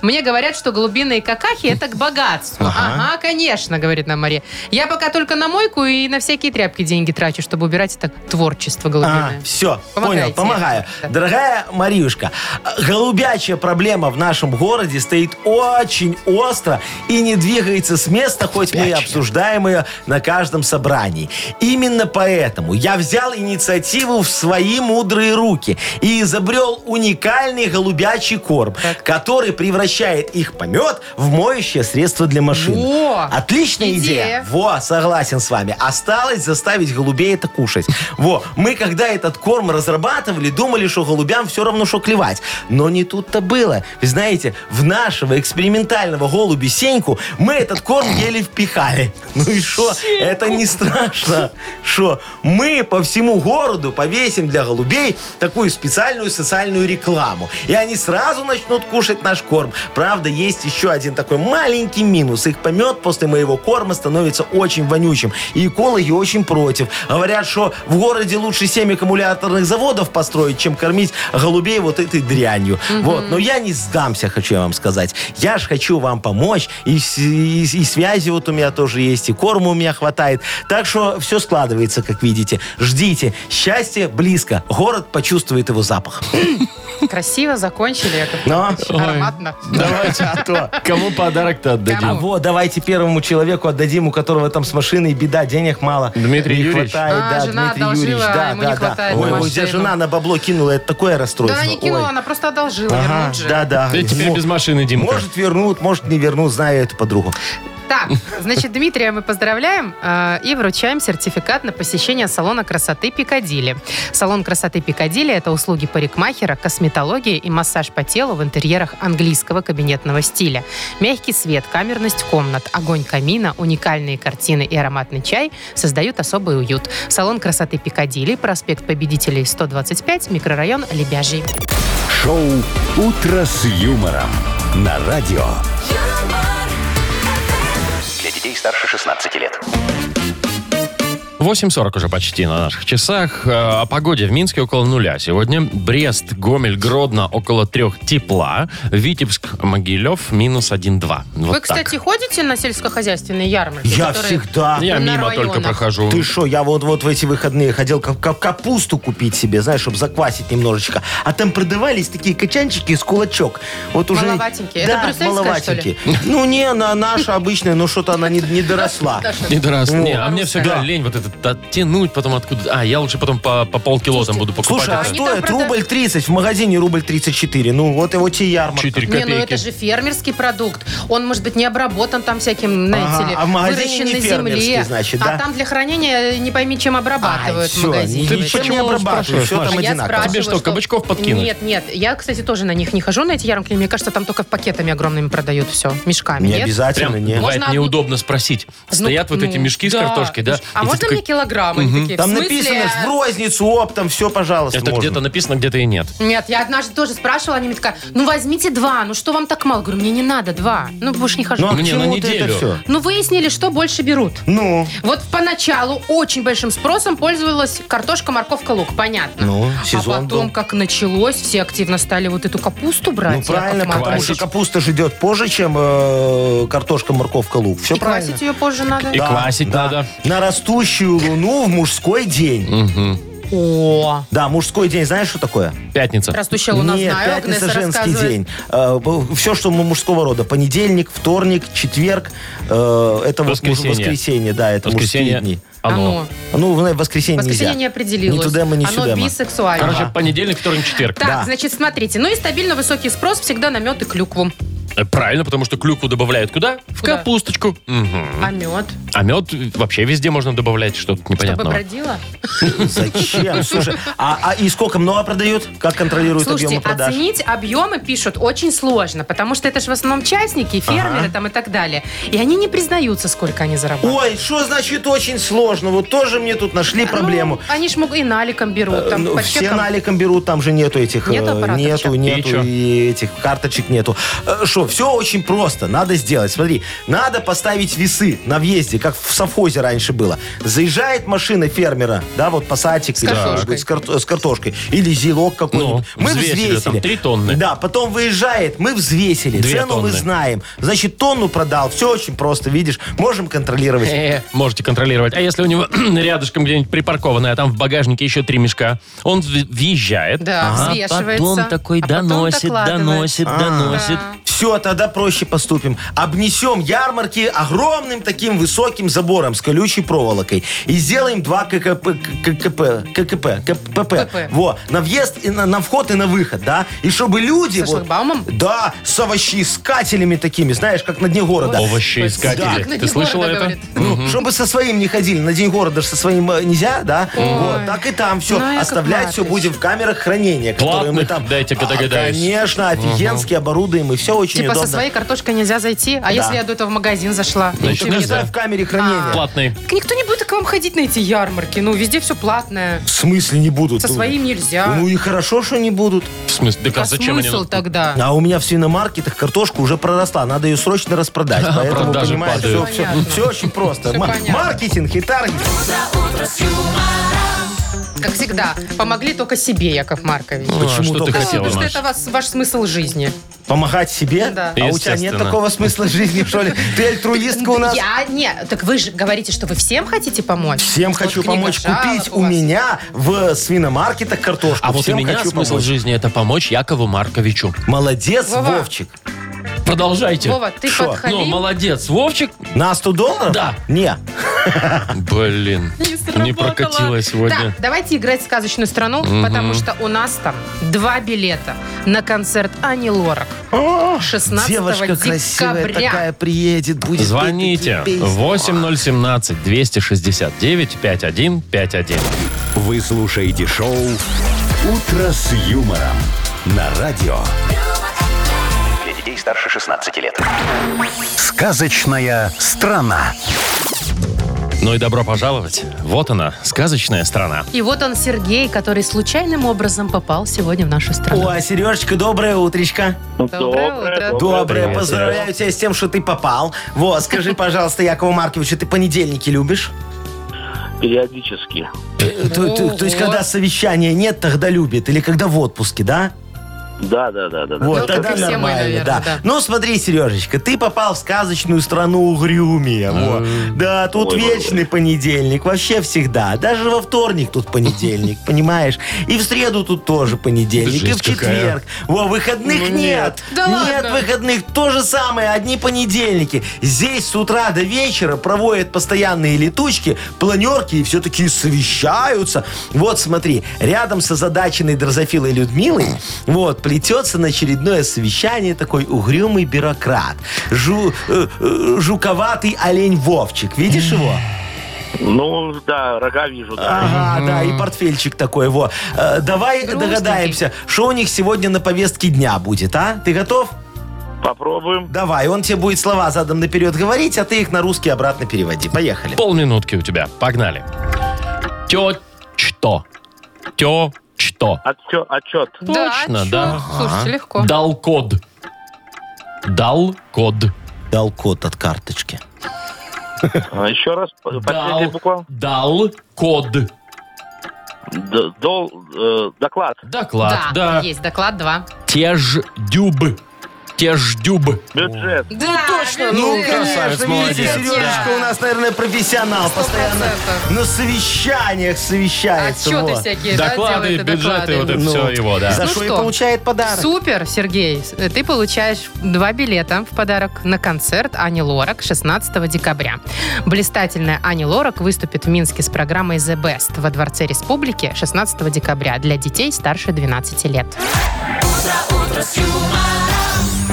S3: Мне говорят, что голубиные какахи это к богатству.
S4: Ага.
S3: Ага, конечно, говорит нам Мария. Я пока только на мойку и на всякие тряпки деньги трачу, чтобы убирать это
S4: А.
S3: творчество голубиное.
S4: все,
S3: Помогаете.
S4: понял, помогаю.
S3: Да.
S4: Дорогая Мариюшка, голубячая проблема в нашем городе стоит очень остро и не двигается с места, хоть мы и обсуждаем ее на каждом собрании. Именно поэтому я взял инициативу в свои мудрые руки и изобрел уникальный голубячий корм, который превращает их помет в моющее средство для машин. А
S3: Во!
S4: Отличная
S3: Идея.
S4: идея. Во, согласен с вами. Осталось заставить голубей это кушать. Во, мы когда этот корм разрабатывали, думали, что голубям все равно, что клевать. Но не тут-то было. Вы знаете, в нашего экспериментального голуби Сеньку мы этот корм еле впихали. Ну и что? Это не страшно. Что? Мы по всему городу повесим для голубей такую специальную социальную рекламу. И они сразу начнут кушать наш корм. Правда, есть еще один такой маленький минус. Их помет после моего корма становится очень вонючим. И экологи очень против. Говорят, что в городе лучше 7 аккумуляторных заводов построить, чем кормить голубей вот этой дрянью. Вот. Но я не сдамся, хочу я вам сказать. Я ж хочу вам помочь. И, с- и- и связи вот у меня тоже есть, и корма у меня хватает. Так что все складывается, как видите. Ждите. Счастье близко. Город почувствует его запах.
S3: Красиво закончили, Яков
S4: Но.
S3: Маркович.
S2: Ой.
S3: Ароматно.
S4: Ну, Давайте, а то.
S2: Кому подарок-то
S4: А
S2: отдадим?
S3: Кому?
S4: вот давайте первому человеку отдадим, у которого там с машиной беда, денег мало.
S2: Дмитрий
S4: не
S2: Юрьевич.
S4: хватает,
S3: А,
S4: да,
S3: жена
S4: Дмитрий
S3: одолжила,
S4: Юрьевич, да,
S3: ему
S4: да,
S3: не
S4: да.
S3: хватает
S4: Ой,
S3: на
S4: у тебя
S3: машину.
S4: жена на бабло кинула, это такое расстройство.
S3: Да, она не кинула,
S4: Ой.
S3: она просто одолжила.
S4: Ага,
S3: вернуть же.
S4: да, да.
S2: Ты теперь
S4: Ну,
S2: без машины, Димка.
S4: Может вернут, может не вернут, знаю эту подругу.
S3: Так, значит, Дмитрия мы поздравляем э, и вручаем сертификат на посещение салона красоты Пикадилли. Салон красоты Пикадилли – это услуги парикмахера, косметологии и массаж по телу в интерьерах английского кабинетного стиля. Мягкий свет, камерность комнат, огонь камина, уникальные картины и ароматный чай создают особый уют. Салон красоты Пикадилли, проспект Победителей, 125, микрорайон Лебяжий.
S1: Шоу «Утро с юмором» на радио.
S5: Для детей старше 16 лет.
S2: 8.40 уже почти на наших часах. Э, О погоде в Минске около нуля. Сегодня Брест, Гомель, Гродно около трех тепла. Витебск, Могилев минус 1-2. Вот
S3: Вы,
S2: так.
S3: кстати, ходите на сельскохозяйственные ярмарки?
S4: Я
S3: которые-
S4: всегда.
S2: Я
S3: на
S2: мимо
S3: районах.
S2: только прохожу.
S4: Ты что, я вот, вот в эти выходные хотел кап- кап- капусту купить себе, знаешь, чтобы заквасить немножечко. А там продавались такие качанчики с кулачок. Вот уже...
S3: Маловатенькие. Это
S4: Да,
S3: брюссельская,
S4: маловатенькие. Ну не, она наша обычная, но что-то она не, не доросла.
S2: Не дорос.
S4: Ну,
S2: Не, а мне
S3: русская.
S2: всегда
S4: Да.
S2: лень вот это тянуть потом откуда. А, я лучше потом по, по полкило там буду покупать.
S4: Слушай, а
S3: они
S2: это.
S3: там
S4: стоит
S3: прода-
S4: рубль 30, в магазине рубль 34. Ну вот его те ярмарка.
S2: Четыре
S3: Не, ну
S2: копейки.
S3: это же фермерский продукт. Он, может быть, не обработан там всяким, знаете
S4: Ага,
S3: ли,
S4: а в магазине
S3: выращен
S4: не
S3: на
S4: фермерский,
S3: земле.
S4: значит,
S3: А
S4: да?
S3: там для хранения не пойми, чем обрабатывают в
S4: все,
S3: магазине.
S2: Ты
S4: ничем не
S2: почему
S4: обрабатывают,
S2: спрашиваешь,
S4: все
S2: Маша?
S4: там
S3: А я
S4: одинаково.
S3: спрашиваю,
S2: Тебе что, кабачков подкинуть?
S3: Нет, нет. Я, кстати, тоже на них не хожу, на эти ярмарки. Мне кажется, там только пакетами огромными продают все, мешками.
S4: Не
S3: нет?
S4: обязательно,
S2: Прям
S4: не.
S2: бывает
S3: Можно одну-
S2: неудобно спросить. Стоят
S3: Ну,
S2: вот эти
S3: ну,
S2: мешки с
S3: да.
S2: картошкой, да?
S3: А
S2: и ты
S3: можно
S2: такой,
S3: мне килограмм? Они такие,
S4: Там
S3: в смысле?
S4: написано в розницу, оптом, все, пожалуйста,
S2: Это
S4: можно.
S2: где-то написано, где-то и нет.
S3: Нет, я однажды тоже спрашивала, они мне такая, ну возьмите два, ну что вам так мало? Говорю, мне не надо два, ну больше не хожу.
S4: Ну, а к
S2: Мне на
S4: чему ты
S2: неделю.
S4: это все?
S3: Ну выяснили, что больше берут.
S4: Ну,
S3: Вот поначалу очень большим спросом пользовалась картошка, морковка, лук, понятно.
S4: ну,
S3: а
S4: сезон был.
S3: потом, как началось, все активно стали вот эту капусту брать.
S4: Ну правильно,
S3: Яков
S4: потому
S3: Маркович.
S4: что капуста ждет позже, чем э, картошка, морковка, лук. Все
S3: И
S4: правильно.
S3: квасить ее позже надо.
S2: И квасить надо.
S4: На растущую луну в мужской день.
S2: Мгм.
S3: О,
S4: Да, мужской день, знаешь, что такое?
S2: Пятница.
S3: растущая луна,
S4: Нет,
S3: знаю,
S4: пятница
S3: Агнеса
S4: женский
S3: рассказывает.
S4: день. все, что мы мужского рода. Понедельник, вторник, четверг. э, это вот муж-
S2: Воскресенье.
S4: воскресенье, да, это
S2: Воскресенье.
S4: мужские дни.
S2: Оно.
S3: Оно.
S4: Ну, в воскресенье,
S3: Воскресенье не
S4: нельзя.
S3: определилось.
S4: Ни туда мы, ни
S3: Оно
S4: сюда мы.
S3: бисексуально.
S2: Короче, понедельник, вторник, четверг.
S3: Так,
S4: да.
S3: значит, смотрите. Ну и стабильно высокий спрос всегда на мед и клюкву.
S2: Э, Правильно, потому что клюкву добавляют куда? В
S3: Куда?
S2: капусточку. Мгм.
S3: А мед?
S2: А мед вообще везде можно добавлять что-то
S3: Чтобы
S2: непонятного.
S3: бродила?
S4: Зачем? Слушай, а, а и сколько много продают? Как контролируют
S3: Слушайте, а
S4: объемы продаж?
S3: оценить объемы пишут очень сложно, потому что это же в основном частники, фермеры там и так далее. И они не признаются, сколько они зарабатывают.
S4: Ой, что значит очень сложно? Вот тоже мне тут нашли
S3: Ну,
S4: проблему.
S3: они ж могут и наликом берут, там,
S4: Э, ну,
S3: по
S4: все
S3: чекам.
S4: наликом берут, там же нету этих... э,
S3: Нету аппаратов
S4: Нету,
S3: сейчас?
S2: И чё?
S4: нету, и этих карточек нету. Что, все очень просто, надо сделать. Смотри, надо поставить весы на въезде, как в совхозе раньше было. Заезжает машина фермера, да, вот пассатик, или
S3: картошкой.
S4: что-нибудь, с, карт- с картошкой, или зелок какой-нибудь.
S2: Ну,
S4: мы
S2: взвесили,
S4: взвесили.
S2: там, три тонны.
S4: Да, потом выезжает, мы взвесили.
S2: Две
S4: Цену
S2: тонны.
S4: мы знаем. Значит, тонну продал, все очень просто, видишь, можем контролировать.
S2: Э, Можете контролировать. А если у него рядышком где-нибудь припаркованное, а там в багажнике еще три мешка, он в- въезжает.
S3: Да,
S2: а
S3: взвешивается,
S2: потом такой
S3: а потом
S2: доносит,
S3: докладывает. А.
S2: доносит, доносит.
S4: Все, тогда проще поступим. Обнесем ярмарки огромным таким высоким забором с колючей проволокой. И сделаем два ККП. ККП. ККП. КПП.
S3: КПП.
S4: Во. На въезд, и на, на вход и на выход, да? И чтобы люди...
S3: Со шлагбаумом?
S4: Да, с овощеискателями такими, знаешь, как на дне города.
S2: Овощеискатели.
S4: Да.
S3: Как на
S2: Ты
S3: Дни
S2: слышала
S3: города
S2: это?
S3: говорит.
S4: Ну, чтобы со своим не ходили. На день города же со своим э, нельзя, да? Вот, так и там все.
S3: ну, Яков
S4: Оставлять все
S3: Маркович.
S4: будем в камерах хранения, которые мы
S2: Платных,
S4: там...
S2: дайте
S4: А,
S2: догадаюсь.
S4: конечно, офигенски оборудуем, и все очень
S3: Типа со
S4: удобно.
S3: своей картошкой нельзя зайти, а если я до этого в магазин зашла?
S2: Значит,
S3: Ты мне
S2: нельзя.
S4: Нельзя в камере хранения.
S2: Платный.
S3: так, Никто не будет к вам ходить на эти ярмарки, ну везде все платное.
S4: В смысле не будут?
S3: Со
S4: Ну,
S3: своим нельзя.
S4: Ну и хорошо, что не будут.
S2: В смысле? Да
S3: а
S2: как, зачем они?
S3: смысл тогда?
S4: А у меня в свиномаркетах картошка уже проросла. Надо ее срочно распродать. Поэтому,
S2: продажи
S4: понимаешь, все,
S2: падают.
S3: Понятно.
S4: очень просто.
S3: Всё
S4: Ма-
S3: понятно.
S4: Маркетинг и таргет.
S3: Как всегда, помогли только себе, Яков Маркович.
S2: Ну, а
S4: Почему
S2: что ты
S4: только
S3: Ну,
S2: хотела,
S3: Потому что
S2: Маш?
S3: это вас- ваш смысл жизни.
S4: Помогать себе?
S3: Да.
S4: А у тебя нет
S2: Естественно.
S4: такого смысла жизни, что ли? Ты альтруистка у нас?
S3: Я не, так вы же говорите, что вы всем хотите помочь.
S4: Всем
S3: Вот
S4: хочу
S3: книга
S4: помочь
S3: жалоб
S4: купить у
S3: вас.
S4: меня в свиномаркетах картошку.
S2: А вот у
S4: Всем
S2: меня
S4: хочу
S2: смысл
S4: помочь.
S2: жизни это помочь Якову Марковичу.
S4: Молодец,
S3: Вова.
S4: Вовчик.
S2: Продолжайте.
S3: Вова, ты
S4: Шо?
S2: Ну,
S3: подходи.
S2: молодец, Вовчик.
S4: На 100 долларов?
S2: Да.
S4: Не.
S2: Блин, не прокатило сегодня.
S3: Так, давайте играть в сказочную страну, потому что у нас там два билета на концерт Ани Лорак. 16
S4: Девушка красивая
S3: декабря.
S4: такая приедет, будет. петь
S2: Звоните
S4: такие песни.
S2: 8017-269-5151.
S1: Вы слушаете шоу «Утро с юмором» на радио.
S5: Для детей старше 16 лет.
S1: Сказочная страна.
S2: Ну и добро пожаловать. Вот она, сказочная страна.
S3: И вот он, Сергей, который случайным образом попал сегодня в нашу страну.
S4: О, а Сережечка, доброе утречко.
S3: Доброе утро.
S4: Доброе,
S2: привет,
S4: поздравляю тебя с тем, что ты попал. Вот, скажи, пожалуйста, Якову Марковичу, ты понедельники любишь?
S6: Периодически.
S4: Э, То, то- то есть,
S3: Ого.
S4: когда совещания нет, тогда любит. Или когда в отпуске, да?
S6: Да, да, да, да. да.
S4: Вот,
S3: Ну, как
S4: тогда
S3: и все мы,
S4: нормально,
S3: наверное,
S4: да.
S3: да.
S4: Ну, смотри, Сережечка, ты попал в сказочную страну Угрюмия. во. Да, тут
S6: Ой,
S4: вечный понедельник, вообще всегда. Даже во вторник тут понедельник, понимаешь? И в среду тут тоже понедельник, и
S2: Жесть
S4: в четверг. Во, выходных
S2: Ну,
S4: нет.
S3: Да
S4: Нет
S3: ладно?
S4: выходных, то же самое, одни понедельники. Здесь с утра до вечера проводят постоянные летучки, планерки и все таки совещаются. Вот смотри, рядом со задаченной дрозофилой Людмилой вот, плетется на очередное совещание такой угрюмый бюрократ. Жу- э, э, жуковатый олень Вовчик. Видишь его?
S6: Ну, да, рога вижу, да.
S4: Ага, да, и портфельчик такой, во. Э, давай
S3: Грустненький.
S4: догадаемся, что у них сегодня на повестке дня будет, а? Ты готов?
S3: А.
S6: Попробуем.
S4: Давай, он тебе будет слова задом наперед говорить, а ты их на русский обратно переводи. Поехали.
S2: Полминутки у тебя. Погнали. Тё что? Тё что?
S6: Отчет. отчет.
S3: Да,
S2: Точно,
S3: чё?
S2: да.
S3: Слушайте, легко.
S2: Дал код. Дал код.
S4: Дал код от карточки.
S6: А, Еще раз, п- последняя буква.
S2: дал код.
S6: Д- дол, э, доклад.
S2: Доклад, да.
S3: есть доклад 2.
S2: Теж дюб. Теж дюб.
S6: Бюджет.
S3: Да, точно,
S4: Ну, конечно,
S2: молодец.
S4: видите, Сережечка у нас, наверное, профессионал. Постоянно
S3: процентов.
S4: на совещаниях совещается.
S3: Отчеты
S4: во.
S3: всякие, да,
S2: Доклады,
S3: делает, и
S2: бюджеты,
S3: доклады.
S2: вот это все его, да.
S4: За
S3: Ну
S4: что и
S3: что?
S4: получает подарок.
S3: Супер, Сергей. Э, Ты получаешь два билета в подарок на концерт Ани Лорак 16 декабря. Блистательная Ани Лорак выступит в Минске с программой The Best во Дворце Республики 16 декабря для детей старше 12 лет.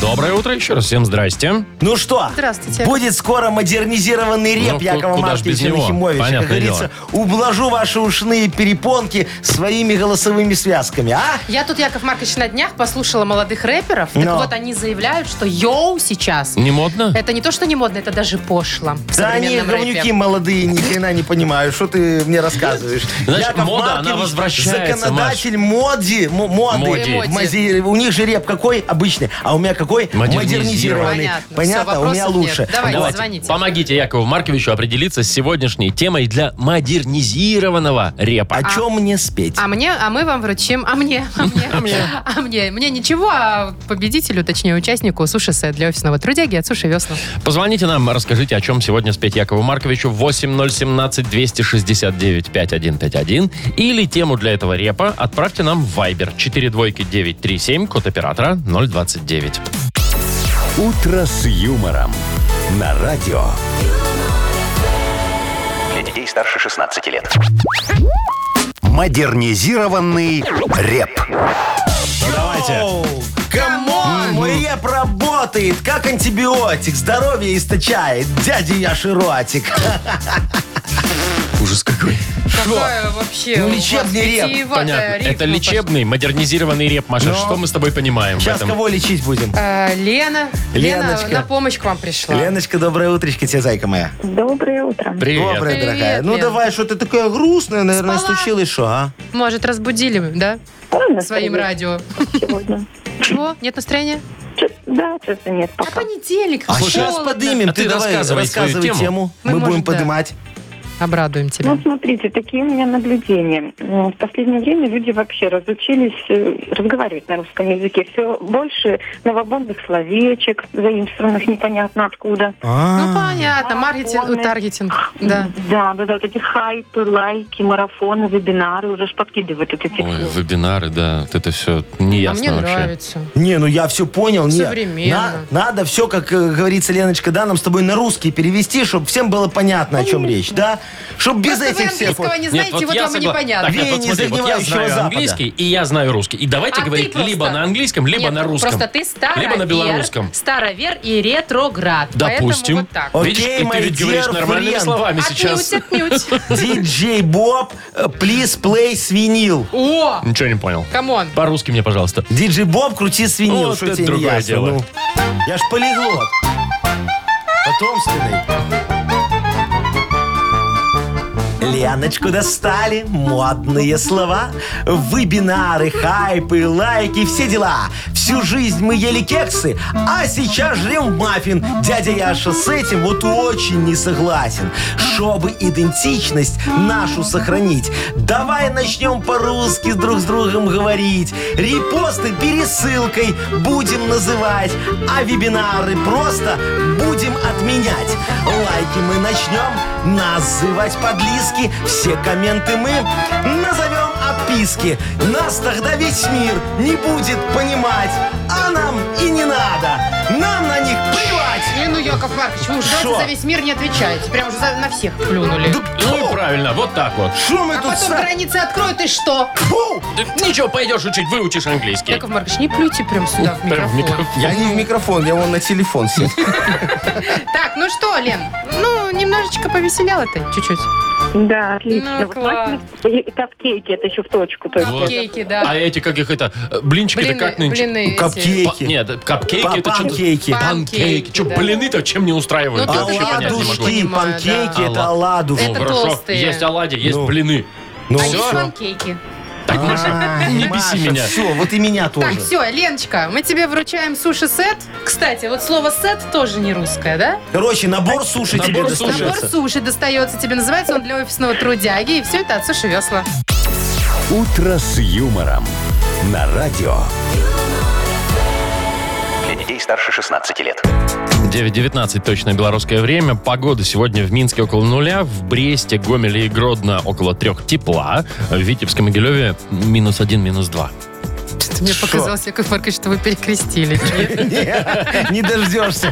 S2: Доброе утро еще раз. Всем здрасте.
S4: Ну что,
S3: Здравствуйте.
S4: будет скоро модернизированный реп
S2: Ну, ку-
S4: Якова
S2: куда ж без
S4: Марковича
S2: него?
S4: Нахимовича.
S2: Понятное
S4: Как говорится, ублажу ваши ушные перепонки своими голосовыми связками, а?
S3: Я тут, Яков Маркович, на днях послушала молодых рэперов. Так
S4: Но.
S3: вот, они заявляют, что йоу сейчас.
S2: Не модно?
S3: Это не то, что не модно, это даже пошло в
S4: Да они
S3: современном рэпе.
S4: говнюки молодые, ни хрена не понимаю, что ты мне рассказываешь.
S2: Знаешь, мода, она возвращается,
S4: законодатель моди, мо- моды.
S2: Моди.
S4: Мази- У них же реп какой обычный, а у меня какой?
S2: Модернизированный.
S4: Модернизированный.
S3: Понятно.
S4: Понятно?
S3: Всё,
S4: у меня
S3: вопросов нет.
S4: лучше.
S3: Давайте,
S4: Вот.
S3: звоните.
S2: Помогите Якову Марковичу определиться с сегодняшней темой для модернизированного репа.
S4: О чем мне спеть?
S3: А мне, а мы вам вручим, а мне, а мне, а мне, а мне, мне ничего, а победителю, точнее участнику суши-сет для офисного трудяги от Суши Весна.
S2: Позвоните нам, расскажите, о чем сегодня спеть Якову Марковичу 8017-269-5151 или тему для этого репа отправьте нам в Viber 42937, код оператора 029.
S1: «Утро с юмором» на радио.
S5: Для детей старше 16 лет.
S1: Модернизированный реп.
S2: Давайте.
S4: Оу, Камон, мой реп работает, как антибиотик. Здоровье источает, дядя Яши Ротик.
S2: Ужас какой.
S3: Какая вообще?
S4: Ну,
S3: у вас
S4: лечебный реп.
S3: витиеватая
S2: Понятно.
S3: рифма
S2: Это лечебный, модернизированный реп, Маша.
S4: Но.
S2: Что мы с тобой понимаем в
S4: Сейчас
S2: этом?
S4: кого лечить будем?
S3: пошла. А, Лена. Лена,
S4: Леночка.
S3: на помощь к вам пришла.
S4: Леночка, доброе утречко тебе, зайка моя.
S7: Доброе утро.
S2: Привет.
S4: Доброе,
S3: Привет,
S4: дорогая. Ну
S3: Лен.
S4: давай, что ты такая грустная, наверное,
S3: Спала?
S4: случилось, что, а?
S3: Может, разбудили, да?
S7: Ладно,
S3: Своим
S7: привет.
S3: радио.
S7: Сегодня.
S3: Чего? Нет настроения?
S7: Чё- Да, что-то нет
S3: А
S7: пока.
S3: понедельник.
S4: А
S2: Слушай,
S4: сейчас
S3: холодно.
S4: подымем,
S2: а
S4: ты,
S2: ты
S4: давай
S2: рассказывай
S4: рассказывай,
S2: свою
S4: тему.
S2: тему.
S4: Мы,
S3: Мы, может,
S4: будем
S3: да.
S4: поднимать.
S3: Обрадуем тебя.
S7: Ну, смотрите, такие у меня наблюдения. М, В последнее время люди вообще разучились э, разговаривать на русском языке. Все больше новобонных словечек, заимствованных непонятно откуда.
S3: Ну,
S4: А,
S3: понятно. Маркетинг,
S7: Марафоны.
S3: таргетинг. Да.
S7: Да, да, да, вот эти хайпы, лайки, марафоны, вебинары уже ж подкидывают вот эти.
S2: Ой, вебинары, да, вот это все неясно
S3: а мне
S2: вообще.
S3: нравится.
S4: Не, ну я все понял. не.
S3: Современно.
S4: На- надо все, как э, говорится, Леночка, да, нам с тобой на русский перевести, чтобы всем было понятно, о чем речь, да? Чтобы без
S3: Просто вы
S4: этих всех... вот-
S3: английского не знаете, вот
S2: я
S3: вам и
S2: согла- Так,
S3: непонятно.
S2: нет, вот
S4: Веяние
S2: смотри, вот я
S4: загнивающего
S2: знаю
S4: Запада.
S2: английский и я знаю русский. И давайте
S3: А ты
S2: говорить
S3: просто-
S2: либо на английском, либо
S3: Нет,
S2: на русском.
S3: Просто ты старовер,
S2: Либо на белорусском.
S3: старовер и ретроград. Поэтому
S2: Допустим.
S3: вот так.
S4: Окей,
S2: Видишь, и ты
S4: my
S2: ведь
S4: dear
S2: говоришь нормальными
S4: friend.
S2: словами сейчас.
S3: Отнюдь, отнюдь.
S4: Диджей Боб, э, please play свинил.
S3: О,
S2: Ничего не понял.
S3: камон.
S2: По-русски мне, пожалуйста.
S4: Диджей Боб, крути свинил,
S2: Вот
S4: что
S2: это
S4: тебе не
S2: другое
S4: ясно,
S2: дело.
S4: ну? Я ж полиглот. Потомственный. Леночку достали, модные слова, вебинары, хайпы, лайки, все дела. Всю жизнь мы ели кексы, а сейчас жрем маффин. Дядя Яша с этим вот очень не согласен. Чтобы идентичность нашу сохранить, давай начнем по-русски друг с другом говорить. Репосты пересылкой будем называть, а вебинары просто будем отменять. Лайки мы начнем называть подлизки, все комменты мы назовем отписки. Нас тогда весь мир не будет понимать, а нам и не надо, нам на них плевать.
S3: Не, ну, Яков Маркович, вы уж давайте
S4: Шо?
S3: за весь мир не отвечаете. Прям уже за- на всех плюнули.
S4: Да
S2: Ну и
S4: тьфу,
S2: правильно, вот так вот.
S4: шо мы
S3: А
S4: тут
S3: потом
S4: сра-
S3: границы откроют, и что?
S4: Тьфу!
S2: Ты ничего, пойдешь учить, выучишь английский.
S3: Яков Маркович, не плюйте прям сюда в
S2: Прям в
S3: микрофон.
S2: микрофон.
S4: Я не в микрофон, я вон на телефон сел.
S3: Так, ну что, Лен, ну, немножечко повеселяла ты чуть-чуть.
S7: Да, отлично.
S3: Ну,
S7: Вот
S3: класс.
S7: смотрите, И капкейки, это еще в точку. То есть
S2: Вот.
S3: Кейки,
S2: А
S3: да.
S2: эти, как их это, э, блинчики,
S3: Блины,
S2: это как нынче?
S3: блины эти.
S4: Капкейки.
S2: Па- Нет, капкейки, это что-то...
S4: Панкейки.
S2: Панкейки. Че,
S3: да.
S2: блины-то чем не устраивают?
S3: Ну,
S2: Я вообще
S3: ладушки.
S2: понять не могу.
S4: Оладушки,
S3: понимаю, да.
S4: панкейки, это
S2: Ну,
S4: оладушки.
S3: Это
S2: хорошо,
S3: толстые.
S2: есть оладьи, есть
S4: Ну. А.
S2: блины.
S4: Ну,
S3: А есть
S2: всё.
S3: панкейки.
S2: Так, Маша, не беси меня.
S4: Все, вот и меня
S3: Так,
S4: тоже.
S3: все, Леночка, мы тебе вручаем суши-сет. Кстати, вот слово сет тоже не русское, да?
S4: Короче, набор суши
S2: Набор
S4: тебе
S2: суши.
S4: достается.
S3: Набор суши достается тебе, называется он для офисного трудяги, и все это от суши весла.
S1: «Утро с юмором» на радио.
S5: Для детей старше 16 лет.
S2: 9.19 точное белорусское время. Погода сегодня в Минске около нуля, в Бресте, Гомеле и Гродно около трех тепла, в Витебском и Гилеве минус один, минус два.
S3: Что-то мне
S4: Шо?
S3: показалось, Яков Маркович, что вы перекрестили.
S4: Не дождешься.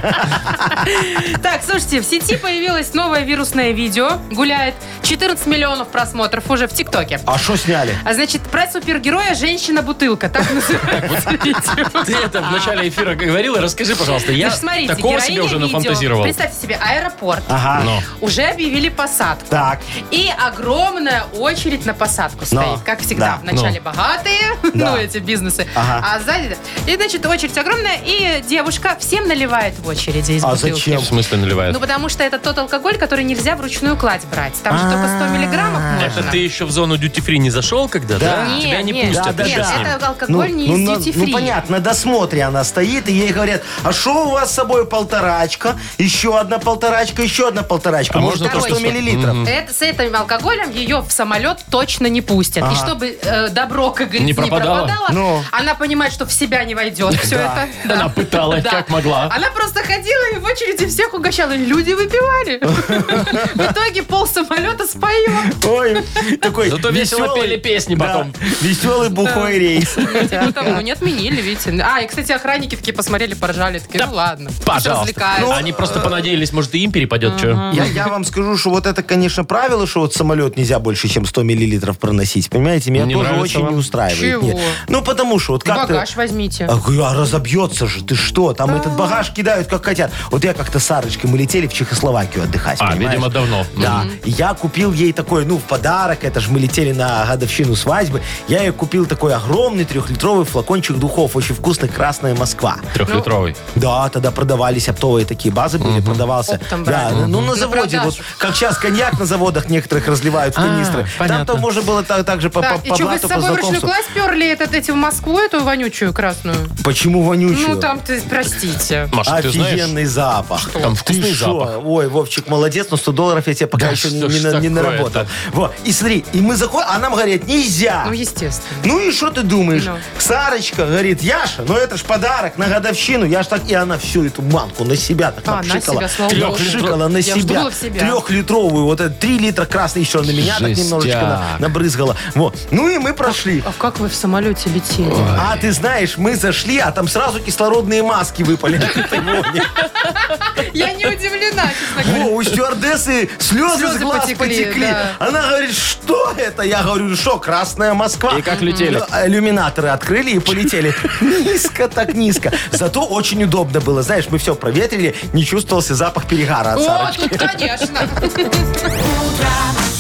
S3: Так, слушайте, в сети появилось новое вирусное видео. Гуляет 14 миллионов просмотров уже в ТикТоке.
S4: А что сняли?
S3: А значит, про супергероя женщина-бутылка. Так называется видео.
S2: Ты это в начале эфира говорила, расскажи, пожалуйста. Я
S3: Значит, смотрите,
S2: такого себе
S3: героиня
S2: уже
S3: видео.
S2: нафантазировал. А.
S3: Представьте себе, аэропорт.
S4: Ага.
S2: Но.
S3: Уже объявили посадку.
S4: Так.
S3: И огромная очередь на посадку стоит,
S4: Но.
S3: как всегда.
S4: Да.
S3: Вначале богатые,
S4: Да.
S3: ну, эти бизнесы,
S4: Ага.
S3: а сзади... И, значит, очередь огромная, и девушка всем наливает в очереди из
S4: А
S3: бутылки.
S4: зачем?
S2: В смысле наливает?
S3: Ну, потому что это тот алкоголь, который нельзя вручную кладь брать. Там же только 100
S4: А-а-а.
S3: миллиграммов
S2: А, это
S3: можно.
S2: ты еще в зону дьюти-фри не зашел когда, да?
S4: Да.
S3: Не,
S2: Тебя не
S3: не,
S2: пустят.
S4: Да, да,
S2: ты
S3: Нет,
S2: щас с ним.
S3: это алкоголь не из
S4: на-
S3: duty
S4: ну,
S3: free.
S4: понятно, на досмотре она стоит, и ей говорят, а что у вас с собой полторачка, еще одна полторачка, еще одна полторачка,
S2: А
S4: может,
S2: можно
S4: по
S3: то,
S4: 100
S3: что-
S4: миллилитров.
S3: Это, с этим алкоголем ее в самолет точно не пустят. И
S4: Ага.
S3: чтобы э, добро, как говорится,
S2: Не
S3: не
S2: пропадало?
S3: пропадало,
S4: Ну.
S3: она понимает, что в себя не войдет все
S4: Да.
S3: это.
S2: Да, она пыталась,
S3: Да.
S2: как могла.
S3: Она просто ходила и в очереди всех угощала. И Люди выпивали. В итоге пол самолета споем.
S4: Ой, такой
S2: Зато весело
S4: веселый-
S2: пели песни
S4: Да,
S2: потом.
S4: Веселый бухой рейс.
S3: Типа того, не отменили, видите. А, и, кстати, охранники такие посмотрели, поржали. Такие, ну ладно. пусть
S2: Пожалуйста.
S4: Ну,
S3: развлекаются.
S2: Они просто понадеялись, может, и им перепадет, что?
S4: Я, я вам скажу, что вот это, конечно, правило, что вот самолет нельзя больше, чем 100 миллилитров проносить. Понимаете, меня
S2: Не
S4: тоже
S2: нравится
S4: очень
S2: вам?
S4: не устраивает.
S3: Чего?
S4: Нет. Ну, потому что вот как
S3: Багаж
S4: ты...
S3: возьмите.
S4: А, говорю, а разобьется же, ты что? Там этот багаж кидают, как хотят. Вот я как-то с Арочкой, мы летели в Чехословакию отдыхать,
S2: А,
S4: понимаешь?
S2: видимо, давно.
S4: Да. И Я купил ей такой, ну, в подарок, это же мы летели на годовщину свадьбы, я ей купил такой огромный трехлитровый флакончик духов, очень вкусный «Красная Москва».
S2: Трехлитровый.
S4: Да, тогда продавались оптовые такие базы были, продавался.
S3: Оптом
S4: да,
S3: брали.
S4: ну на
S3: На
S4: заводе,
S3: продажу.
S4: вот как сейчас коньяк на заводах некоторых разливают в
S2: А,
S4: канистры.
S2: понятно.
S4: Там-то можно было так, так же по,
S3: Так,
S4: по-
S3: и
S4: по
S3: что, вы с
S4: блату, по
S3: собой в ручной
S4: знакомству.
S3: класс перли этот, эти в Москву, эту вонючую красную?
S4: Почему вонючую?
S3: Ну, там, ты, простите.
S2: Маш, ты знаешь,
S4: Офигенный запах.
S2: там вкусный
S4: Ты что?
S2: запах.
S4: Ой, Вовчик, молодец, но 100 долларов я тебе пока
S2: Да
S4: еще не,
S2: что ж
S4: не на- не
S2: такое-то?
S4: наработал. Вот, и смотри, и мы заходим, а нам говорят, нельзя.
S3: Ну, естественно.
S4: Ну и что ты думаешь?
S3: Ну.
S4: Сарочка говорит, Яша, ну это ж подарок на годовщину. Я ж так, и она всю эту манку на себя так
S3: А, на
S4: напшикала.
S3: себя, слава богу.
S4: Трехшикала на
S3: Я
S4: себя.
S3: вдула в себя.
S4: Трехлитровую, вот это три литра красный еще на меня так
S2: Жестяк.
S4: немножечко на- набрызгала. Вот. Ну и мы прошли.
S3: А как вы в самолете летели?
S4: А ты знаешь, мы зашли, а там сразу кислородные маски выпали. Ты понял?
S3: Я не удивлена, честно говоря.
S4: Во, у стюардессы слезы,
S3: Слезы
S4: с глаз потекли.
S3: потекли, да.
S4: Она говорит, что это? Я говорю, что, Красная Москва.
S2: И как летели?
S4: Ну, а, Иллюминаторы открыли и полетели. Низко так низко. Зато очень удобно было. Знаешь, мы все проветрили, не чувствовался запах перегара от
S3: О,
S4: Сарочки.
S3: тут, конечно.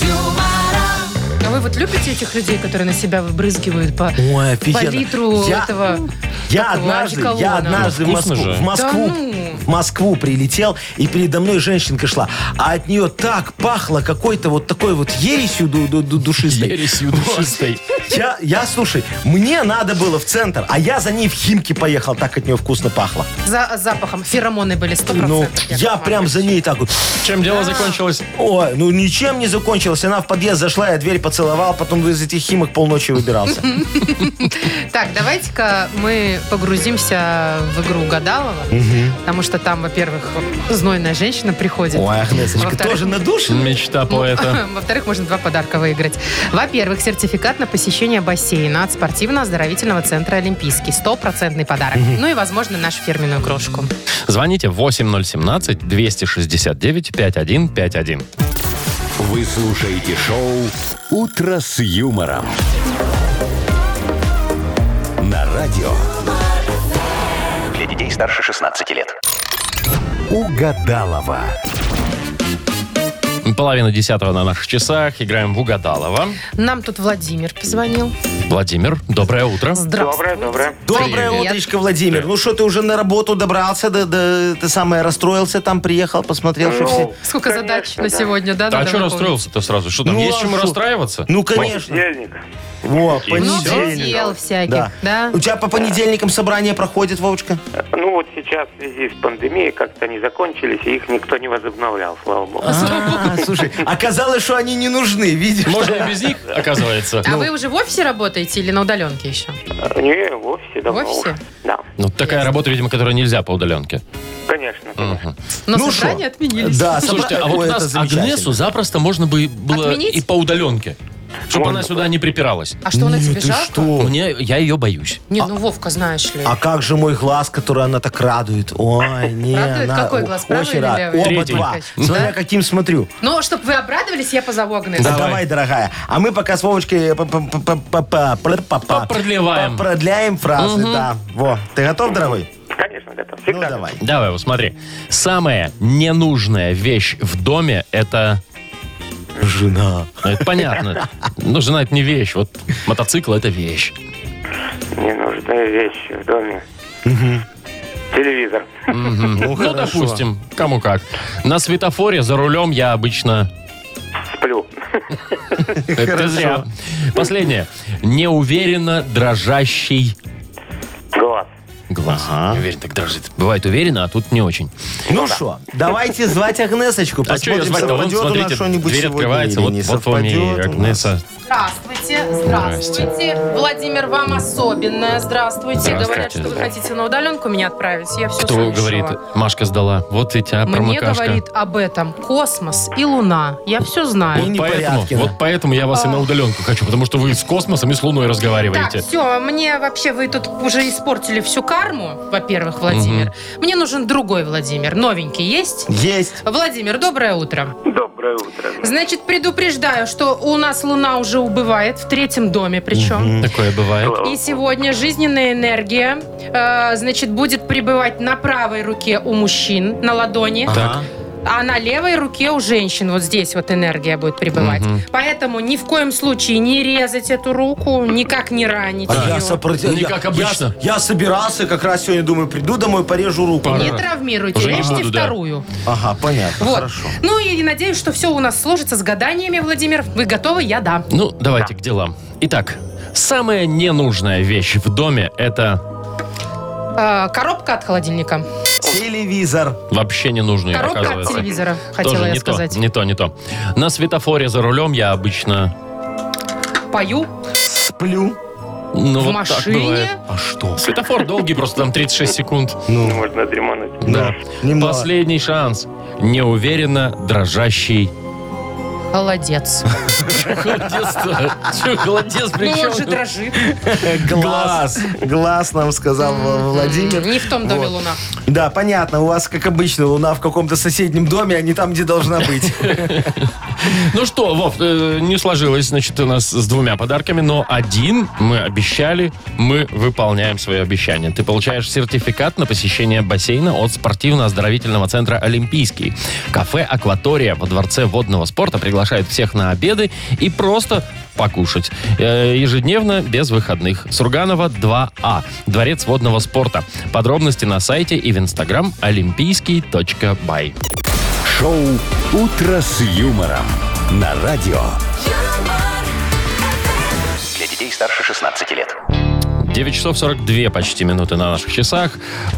S3: А вы вот любите этих людей, которые на себя выбрызгивают по,
S4: Ой,
S3: по
S4: офигенно.
S3: литру
S4: Я-
S3: этого?
S4: Я
S3: такого
S4: однажды, я
S3: одеколона?
S4: однажды в
S2: Ну, вкусно
S4: Москву,
S2: же.
S4: в Москву,
S3: Да ну.
S4: в Москву прилетел, и передо мной женщинка шла, а от нее так пахло какой-то вот такой вот ересью ду- ду- ду- душистой.
S2: ересью душистой.
S4: Я, я, слушай, мне надо было в центр, а я за ней в Химки поехал, так от нее вкусно пахло.
S3: За запахом. Феромоны были 100%.
S4: Ну,
S3: Яков
S4: я прям
S3: Маркович.
S4: за ней так вот.
S2: Чем дело закончилось?
S4: Ой, ну ничем не закончилось. Она в подъезд зашла, я дверь поцеловал, потом из этих химок полночи выбирался.
S3: Так, давайте-ка мы погрузимся в игру Гадалова, потому что там, во-первых, знойная женщина приходит.
S4: Ой, Агнесочка,
S3: Во-вторых,
S4: тоже надушен?
S2: Мечта поэта.
S3: Ну, Во-вторых, можно два подарка выиграть. Во-первых, сертификат на посещение бассейна от спортивно-оздоровительного центра «Олимпийский». Стопроцентный подарок. Ну и, возможно, нашу фирменную крошку.
S2: Звоните 8017-269-5151.
S1: Вы слушаете шоу «Утро с юмором». На радио
S5: Для детей старше 16 лет.
S1: «Угадалова».
S2: Половина десятого на наших часах. Играем в Угадалова.
S3: Нам тут Владимир позвонил.
S2: Владимир, доброе утро.
S3: Здравствуй.
S6: Доброе, доброе.
S4: Доброе
S3: Привет.
S4: утречко, Владимир. Ну что, ты уже на работу добрался, да, да, ты самое расстроился, там приехал, посмотрел, что все...
S6: Ну,
S3: Сколько
S6: конечно,
S3: задач на
S6: да.
S3: сегодня, да?
S2: а
S3: надо
S2: что
S3: выполнить?
S2: расстроился-то сразу? Что там,
S4: Ну,
S2: есть
S4: а
S2: чему
S4: шо?
S2: расстраиваться?
S4: Ну, конечно.
S6: Понедельник.
S4: Вот,
S3: Много
S4: понедельник.
S3: Ну, дел всяких,
S4: Да.
S3: да?
S4: У тебя по понедельникам собрания проходят, Вовочка?
S6: Ну вот сейчас в связи с пандемией как-то они закончились, и их никто не возобновлял, слава богу.
S4: А, слушай, оказалось, что они не нужны, видишь?
S2: Можно и без них, оказывается. Ну,
S4: Ну.
S3: А вы уже в офисе работаете или на удаленке еще?
S6: Не, в офисе давно.
S3: В офисе?
S6: уже. Да,
S2: Ну, такая работа, видимо, которую нельзя по удаленке.
S6: конечно. конечно.
S3: Но
S4: Ну шо?
S3: собрания отменились.
S4: Да,
S2: Слушайте,
S4: собра-
S2: а вот
S4: Ой, это
S2: нас
S4: замечательно.
S2: Агнесу запросто можно бы было
S3: Отменить?
S2: и по удаленке. Чтобы
S6: Можно
S2: она сюда не припиралась.
S3: А что, она
S4: Не,
S3: тебе
S4: Ну, ты
S3: жалко?
S4: что?
S2: Мне, я ее боюсь.
S3: Не, ну Вовка, знаешь ли.
S4: А как же мой глаз, который она так радует? Ой, не,
S3: Радует?
S4: она
S3: Какой
S4: о-
S3: глаз, правый
S4: очень
S3: или
S4: рад.
S3: левый?
S4: Оба
S2: Третий.
S4: два.
S3: Да?
S4: Смотря каким смотрю.
S3: Ну, чтобы вы обрадовались, я позову Агнесу.
S4: Давай.
S2: Давай,
S4: дорогая. А мы пока с Вовочкой п- п- п- п- п- пр- п- п-
S2: Попродлеваем.
S4: попродляем фразы, да. Во, ты готов, дорогой?
S6: Конечно, готов.
S4: Ну,
S6: Всегда готов.
S4: давай.
S2: Давай, вот смотри. Самая ненужная вещь в доме – это...
S4: Жена.
S2: ну, Это понятно. Ну, жена – это не вещь. Вот мотоцикл – это вещь.
S4: Ну,
S6: Ненужная вещь в доме. Телевизор.
S2: Ну, допустим, кому как. На светофоре за рулем я обычно...
S6: Сплю.
S2: Это зря. Последнее. Неуверенно дрожащий
S6: Глаз.
S2: глаз. Неуверенно так дрожит. Бывает уверенно, а тут не очень.
S4: Ну что, давайте звать Агнесочку.
S2: А что
S4: Посмотрим,
S2: ее звать-то? Вон,
S4: совпадет у нас
S2: смотрите,
S4: что-нибудь
S2: дверь
S4: сегодня
S2: открывается.
S4: или
S2: Вот,
S4: не
S2: вот вам и
S4: совпадет у нас.
S2: Агнеса.
S3: Здравствуйте, здравствуйте. Владимир, вам особенное. Здравствуйте. Говорят, что вы
S2: Здравствуйте.
S3: хотите на удаленку меня отправить. Я все
S2: Кто говорит? Машка сдала. Вот и тебя
S3: Мне
S2: промокашка.
S3: говорит об этом космос и луна. Я все знаю.
S4: И
S2: Вот поэтому,
S4: Непорядкина.
S2: вот поэтому я вас и на удаленку хочу, потому что вы с космосом и с Луной
S3: Так,
S2: разговариваете.
S3: все, мне вообще вы тут уже испортили всю карму, во-первых, Владимир. Мне нужен другой Владимир. Новенький есть?
S4: Есть.
S3: Владимир, доброе утро.
S6: Доброе утро.
S3: Значит, предупреждаю, что у нас Луна уже убывает, в третьем доме причем.
S2: Такое бывает.
S6: Слава
S3: И сегодня жизненная энергия, э, значит, будет пребывать на правой руке у мужчин, на ладони,
S4: Ага.
S3: а на левой руке у женщин. Вот здесь вот энергия будет пребывать.
S2: Мгм.
S3: Поэтому ни в коем случае не резать эту руку, никак не ранить
S4: А
S3: ее.
S4: я сопротив-
S2: Не
S4: я-
S2: как
S4: я-
S2: обычно.
S4: Я, собирался, как раз сегодня думаю, приду домой, порежу руку.
S2: Пора.
S3: Не травмируйте,
S2: Уже не
S3: режьте
S2: буду, да.
S3: вторую.
S4: Ага, понятно,
S3: Вот.
S4: хорошо.
S3: Ну и надеюсь, что все у нас сложится с гаданиями, Владимир. Вы готовы? Я да.
S2: Ну, давайте к делам. Итак, самая ненужная вещь в доме – это
S3: Э, коробка от холодильника.
S4: Телевизор.
S2: вообще ненужная,
S3: Коробка от
S2: оказывается.
S3: телевизора,
S2: Тоже
S3: хотела я
S2: не
S3: сказать.
S2: То, не то, не то. На светофоре за рулем я обычно...
S3: Пою
S4: Сплю.
S2: Ну,
S3: в
S2: вот Так
S3: машине.
S2: бывает.
S4: А что?
S2: Светофор долгий, просто там 36 секунд.
S6: богу,
S4: Ну,
S6: Можно дремануть.
S2: Да.
S4: немного.
S2: Последний шанс. Неуверенно дрожащий.
S3: Холодец.
S2: Холодец-то. Чё, холодец при
S3: Ну
S2: чём?
S3: он же дрожит.
S4: Э, Глаз. Глаз нам сказал Ва- Владимир.
S3: Не в том доме
S4: Вот.
S3: луна.
S4: Да, понятно. У вас, как обычно, луна в каком-то соседнем доме, а не там, где должна быть.
S2: Ну что, Вов, э, не сложилось, значит, у нас с двумя подарками, но один мы обещали, мы выполняем свое обещание. Ты получаешь сертификат на посещение бассейна от спортивно-оздоровительного центра «Олимпийский». Кафе «Акватория» во Дворце водного спорта приглашает всех на обеды и просто покушать. Э, Ежедневно, без выходных. Сурганова 2А. Дворец водного спорта. Подробности на сайте и в инстаграм олимпийский.бай.
S1: Шоу «Утро с юмором» на радио.
S8: юмор,
S5: Для детей старше 16 лет.
S2: 9 часов 42 почти минуты на наших часах.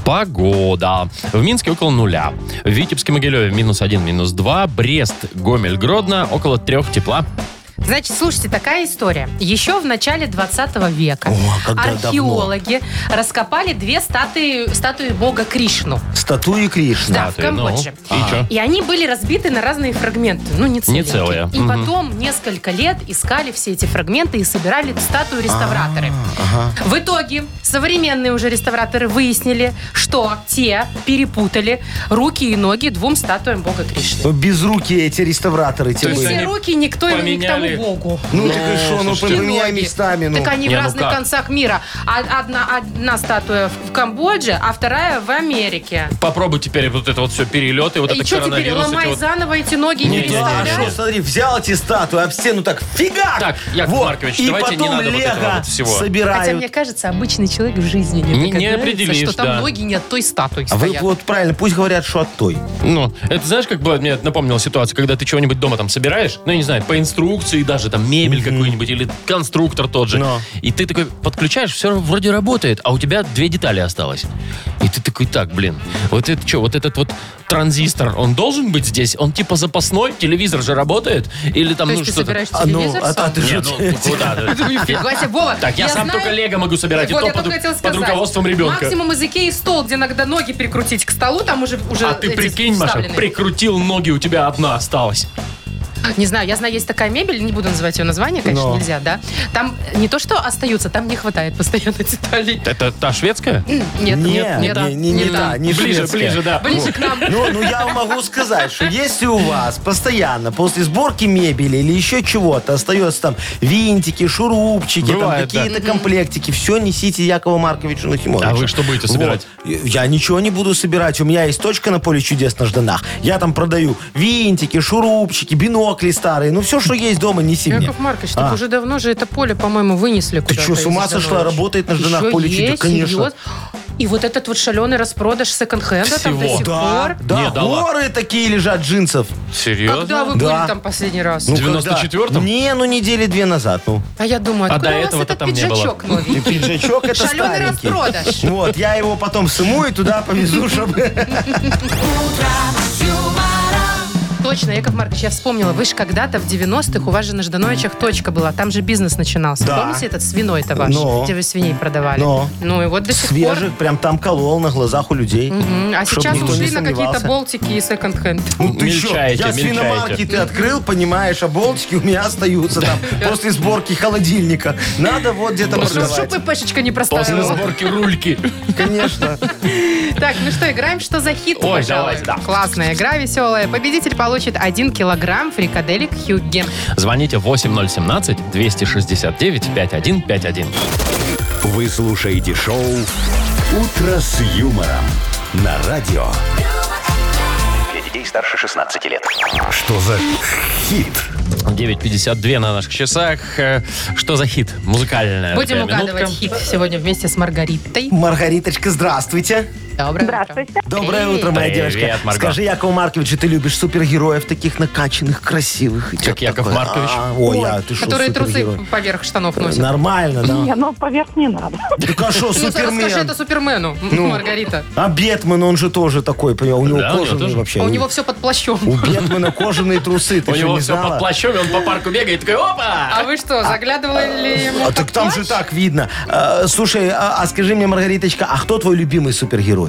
S2: Погода. В Минске около нуля. В Витебске, Могилеве минус 1, минус 2. Брест, Гомель, Гродно около 3 тепла.
S3: Значит, слушайте, такая история. Еще в начале 20 века
S4: О, а когда давно?
S3: археологи раскопали две статуи, статуи бога Кришну.
S4: Статуи Кришны.
S3: Да, в
S2: Ты, ну,
S3: Камбодже.
S2: И чё?
S3: И они были разбиты на разные фрагменты, ну не целые.
S2: Не целые,
S3: И
S2: мгм.
S3: потом несколько лет искали все эти фрагменты и собирали статую реставраторы.
S2: А,
S3: В итоге современные уже реставраторы выяснили, что те перепутали руки и ноги двум статуям бога Кришны.
S4: Ну, Без руки эти реставраторы те
S2: То есть
S4: были.
S3: Все
S2: они
S3: руки никто ему не к
S2: поменяли
S3: тому богу.
S4: Ну, так и шо, ну,
S2: слушайте.
S4: поменяй
S3: Ноги.
S4: местами, ну.
S3: Так они
S2: Не,
S3: в
S2: ну
S3: разных
S2: как?
S3: концах мира. А- Одна, одна статуя в Камбодже, а вторая в Америке.
S2: Попробуй теперь вот это вот все перелеты, вот
S3: и
S2: это
S3: что А теперь,
S2: коронавирус. эти
S3: ломай
S2: вот-
S3: заново эти ноги и
S2: Не,
S3: не
S2: не, не, не.
S4: А
S3: переставляй?
S4: шо, смотри, взял эти статуи, об стену так фигак!
S2: Так, Яков
S4: вот.
S2: Маркович,
S4: и
S2: давайте не
S4: потом
S2: надо вот
S4: лего
S2: этого вот всего.
S3: Хотя, мне
S4: собирают. А
S3: кажется, обычный человек в жизни не,
S2: Не- не
S3: догадается,
S2: определишь,
S3: что там
S2: да.
S3: ноги не от той статуи
S4: А вы
S3: стоят.
S4: вот правильно, пусть говорят, что от той.
S2: Ну, это знаешь, как бывает, мне напомнила ситуация, когда ты чего-нибудь дома там собираешь, ну, я не знаю, по инструкции даже, там, мебель какую-нибудь или конструктор тот же.
S4: Но.
S2: И ты такой подключаешь, все вроде работает, а у тебя две детали осталось. И ты такой, так, блин, вот это что, вот этот вот транзистор, он должен быть здесь? Он типа запасной? Телевизор же работает? Или там,
S3: То
S2: ну,
S3: есть ты
S2: что-то...
S3: собираешь
S4: А, ну,
S3: телевизор
S4: а-
S3: сам?
S4: а ты
S2: Не,
S4: же-
S2: ну, куда ты?
S3: Нифига себе, Вова,
S2: Так, я, сам
S3: знаю-
S2: только лего могу собирать, и
S3: Вот,
S2: то
S3: я
S2: под,
S3: только хотела
S2: под
S3: сказать.
S2: руководством ребенка.
S3: Максимум из Икеи стол, где иногда ноги прикрутить к столу, там уже уже
S2: А ты
S3: э, эти
S2: прикинь, Маша,
S3: вставлены.
S2: прикрутил ноги, у тебя одна осталась.
S3: А, Не знаю, я знаю, есть такая мебель, не буду называть ее название, конечно,
S4: Но.
S3: нельзя, да? Там не то, что остаются, там не хватает постоянно деталей.
S2: Это та шведская?
S3: Нет,
S2: ну,
S3: нет,
S4: не,
S3: нет,
S4: не, не, не та, не
S2: ближе,
S4: шведская.
S2: ближе, да.
S3: Ближе к нам.
S4: Ну, ну, я вам могу сказать, что если у вас постоянно после сборки мебели или еще чего-то остается там винтики, шурупчики, там
S2: Бывает, да.
S4: какие-то комплектики, все несите Якову Марковичу Нахимовичу.
S2: А вы что будете собирать?
S4: Вот. Я ничего не буду собирать. У меня есть точка на поле чудес на Жданах. Я там продаю винтики, шурупчики, бинокли старые. Ну, все, что есть дома, неси мне.
S3: Яков Маркович, так
S4: А.
S3: уже давно же это поле, по-моему, вынесли
S4: Ты
S3: куда-то
S4: что, с
S3: из
S4: ума
S3: Ждановича.
S4: сошла? Работает на Жданах
S3: Еще
S4: поле чудес?
S3: есть,
S4: Конечно.
S3: серьез? И вот этот вот шаленый распродаж секонд-хенда там до
S2: Всего.
S3: сих
S4: Да,
S3: пор.
S4: да,
S2: Не, да
S4: горы такие лежат джинсов.
S2: Серьезно?
S3: Когда вы
S4: Да.
S3: были там последний раз?
S4: Ну,
S2: В 94-м?
S4: когда? Не, ну недели две назад, ну.
S3: А я думаю,
S2: А
S3: откуда
S2: до
S3: у вас
S2: этого-то
S3: этот
S2: там не
S3: пиджачок
S4: И
S3: новенький?
S4: пиджачок это
S3: Шаленый
S4: старенький.
S3: распродаж.
S4: Вот, я его потом сыму и туда повезу, чтобы...
S8: утро с юмором.
S3: точно, Яков Маркович, я вспомнила. Вы же когда-то в 90-х у вас же на Ждановичах точка была. Там же бизнес начинался.
S4: Да.
S3: Помните этот свиной-то ваш,
S4: Но.
S3: где вы свиней продавали?
S4: Но.
S3: Ну и вот до сих пор.
S4: Свежих, прям там колол на глазах у людей.
S3: Мгм. А
S4: Чтоб
S3: сейчас
S4: никто не
S3: ушли на
S4: сомневался.
S3: какие-то болтики и секонд-хенд.
S4: Ну ты чё,
S2: Мельчаете,
S4: я
S2: мельчаете.
S4: свиномаркеты открыл, понимаешь, а болтики у меня остаются там после сборки холодильника. Надо вот где-то
S3: Ну, чтоб
S4: продавать.
S3: ППшечка не
S2: После
S3: проставила.
S2: сборки рульки.
S4: Конечно.
S3: Так, ну что, играем, что за хит?
S2: Ой,
S3: пожалуй?
S2: давайте, да.
S3: Классная игра, веселая. Победитель получит 1 килограмм фрикаделек Хюгге.
S2: Звоните 8017-269-5151.
S1: Вы слушаете шоу «Утро с юмором» на радио.
S5: Для детей старше 16 лет.
S1: Что за хит?
S2: 9.52 на наших часах. Э, Что за хит?
S4: Э,
S2: Музыкальная.
S3: Будем
S2: такая минутка.
S3: угадывать хит сегодня вместе с Маргаритой.
S4: Маргариточка, здравствуйте.
S3: Доброе
S7: Здравствуйте.
S4: Доброе
S3: Привет.
S4: утро, моя
S2: Привет,
S4: девочка.
S2: Марго.
S4: Скажи, Якову Марковичу, ты любишь супергероев таких накачанных, красивых? И
S2: Как
S4: чё
S2: Яков
S4: такое?
S2: Маркович?
S4: А, Ой, а ты
S3: утро.
S4: что,
S3: Которые
S4: супергерой?
S3: трусы поверх штанов носят.
S4: Нормально,
S7: Не,
S4: да.
S7: ну поверх не надо.
S4: Так а что,
S3: Ну, расскажи это
S4: Супермен?
S3: Супермену, м, Маргарита.
S4: А Бетмен, он же тоже такой, понял, у него
S2: Да, у него
S4: кожаный
S2: тоже.
S4: вообще.
S3: А у него все под плащом.
S4: У Бетмена кожаные трусы, ты
S2: У
S4: что,
S2: него
S4: не
S2: все под
S4: знала?
S2: плащом, и он по парку бегает. Такой, опа!
S3: А вы что, заглядывали ему
S4: А
S3: под
S4: так там же
S3: плащ?
S4: так видно. Э, Слушай, а а скажи мне, Маргариточка, а кто твой любимый супергерой?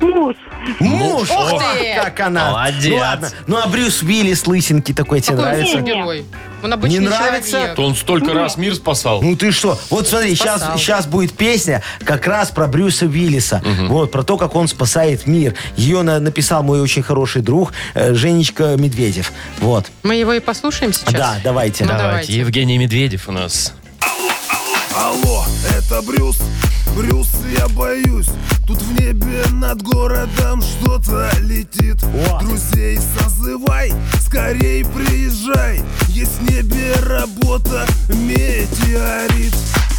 S7: Муж.
S4: Муж!
S3: Ух
S4: О,
S3: ты!
S4: Как она!
S2: Ну, Молодец.
S4: Ну ладно. Ну а Брюс Уиллис, лысенький такой, тебе
S3: Какой он
S4: нравится?
S3: супергерой? Он обычный
S4: Не нравится?
S3: человек.
S2: То он столько раз мир спасал.
S4: Ну ты что? Вот смотри, сейчас,
S3: Спасал.
S4: сейчас будет песня как раз про Брюса Уиллиса. Вот, про то, как он спасает мир. Ее на- написал мой очень хороший друг э, Женечка Медведев. Вот.
S3: Мы его и послушаем сейчас.
S4: Да, давайте.
S3: Ну, да.
S2: Давайте,
S3: давайте.
S2: Евгений Медведев у нас.
S8: Алло, это Брюс Брюс, я боюсь Тут в небе над городом что-то летит
S4: О.
S8: Друзей созывай, скорей приезжай Есть в небе работа, метеорит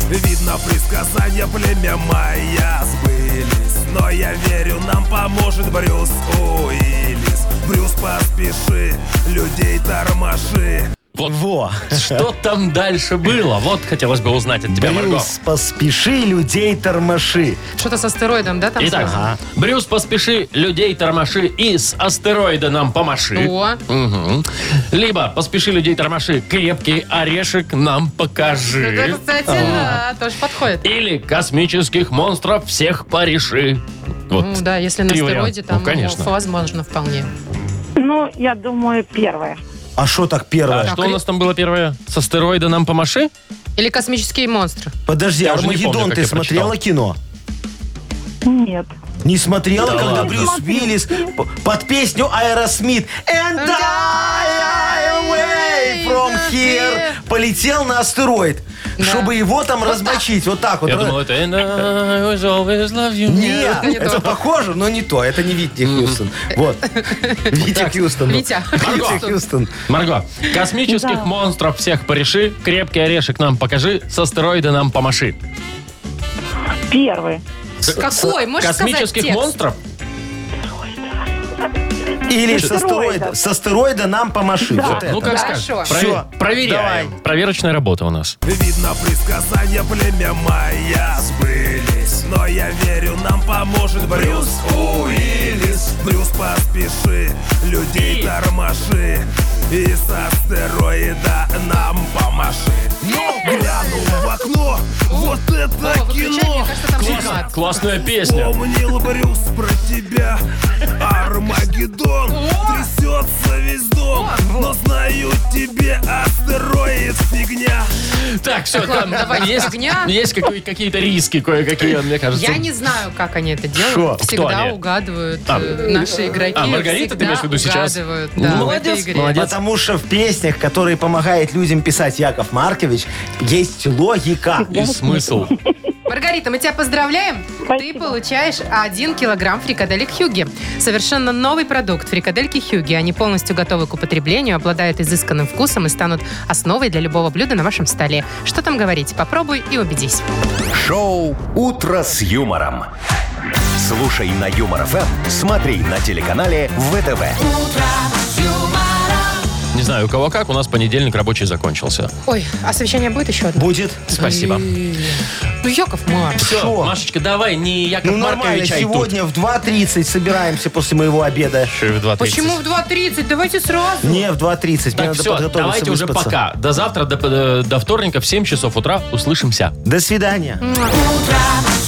S8: Видно, предсказания племя моя сбылись Но я верю, нам поможет Брюс Уиллис Брюс, поспеши, людей тормоши
S2: Вот
S4: Во.
S2: что там дальше было? Вот хотелось бы узнать от тебя, Марго.
S4: Брюс, поспеши, людей тормоши.
S3: Что-то с астероидом, да, там?
S2: Итак,
S3: связано?
S2: Брюс, поспеши, людей тормоши и с астероида нам помаши.
S3: О,
S2: Мгм. Либо поспеши, людей тормоши, крепкий орешек нам покажи.
S3: это, кстати, да, тоже подходит.
S2: Или космических монстров всех пореши. Вот.
S3: Ну да, если на
S2: Три варианта.
S3: астероиде, там
S2: Ну, конечно.
S3: возможно вполне.
S7: Ну, я думаю, первое.
S4: А что так
S2: А
S4: первое?
S2: что у нас там было первое? С астероида нам помаши?
S3: Или космические монстры.
S4: Подожди, а
S2: Я уже не
S4: Армагеддон,
S2: помню, как
S4: ты
S2: я прочитал.
S4: смотрела кино?
S7: Нет.
S4: Не смотрела,
S2: Да
S4: когда
S2: ладно.
S4: Брюс Уиллис п- под песню Аэросмит And I am away from here полетел на астероид, чтобы его там разбочить. Вот так вот.
S2: Я думал, это... And I was always love you.
S4: Нет,
S3: не
S4: это
S3: то.
S4: похоже, но не то. Это не Витни Хьюстон. Вот. Витя Хьюстон. ну.
S3: Витя.
S4: Витя Хьюстон.
S2: Марго, космических монстров всех пореши, крепкий орешек нам покажи, с астероида нам помаши.
S7: Первое.
S3: Какой? Можешь сказать
S2: Космических
S3: текст?
S2: монстров?
S4: Или с астероида. С астероида нам помаши. Вот
S2: Ну,
S4: это.
S2: как скажешь.
S3: Хорошо.
S4: Всё,
S2: Прове- Проверяем. Проверочная работа у нас.
S8: Видно, предсказания племя моя сбылись Но я верю, нам поможет Брюс Уиллис Брюс, поспеши, людей тормоши И с астероида нам помаши Ну, глянул в окно, вот это
S3: О, выключай, мне
S8: кино
S3: кажется, там шоколад.
S2: Классная песня.
S8: Помнил Брюс про тебя Армагеддон Трясется весь дом Но знаю тебе астероид фигня
S2: Так, все, там
S3: давайте
S2: есть,
S3: огня.
S2: есть какие- какие-то риски кое-какие, мне кажется.
S3: Я не знаю, как они это делают.
S2: Шо?
S3: Всегда
S2: Кто они?
S3: угадывают
S2: А.
S3: э, наши игроки.
S2: А, Маргарита, ты
S3: всегда
S2: имеешь в виду сейчас?
S3: Угадывают,
S2: Ну,
S3: да, в
S2: молодец,
S3: этой игре.
S2: молодец.
S4: Потому что в песнях, которые помогает людям писать Яков Маркович, есть логика.
S2: И смысл.
S3: Маргарита, мы тебя поздравляем. Ты
S7: Спасибо.
S3: получаешь 1 килограмм фрикаделек Хьюги. Совершенно новый продукт фрикадельки Хьюги. Они полностью готовы к употреблению, обладают изысканным вкусом и станут основой для любого блюда на вашем столе. Что там говорить? Попробуй и убедись.
S1: Шоу «Утро с юмором». Слушай на Юмор ФМ, смотри на телеканале ВТВ.
S2: Не знаю, у кого как, у нас понедельник рабочий закончился.
S3: Ой, а совещание будет еще одно?
S4: Будет.
S2: Спасибо.
S3: Ну, Яков Марк.
S2: Все,
S4: Шо?
S2: Машечка, давай, не Яков
S4: Ну нормально,
S2: Маркович, а и
S4: сегодня в 2.30 собираемся после моего обеда.
S2: тут. Еще и в 2.30.
S3: Почему в 2.30? Давайте сразу.
S4: Не, в 2.30. Мне
S2: Так,
S4: надо
S2: все,
S4: подготовиться,
S2: давайте уже
S4: выспаться.
S2: пока. До э, завтра, до, до вторника в 7 часов утра услышимся.
S4: До свидания.
S9: Утро с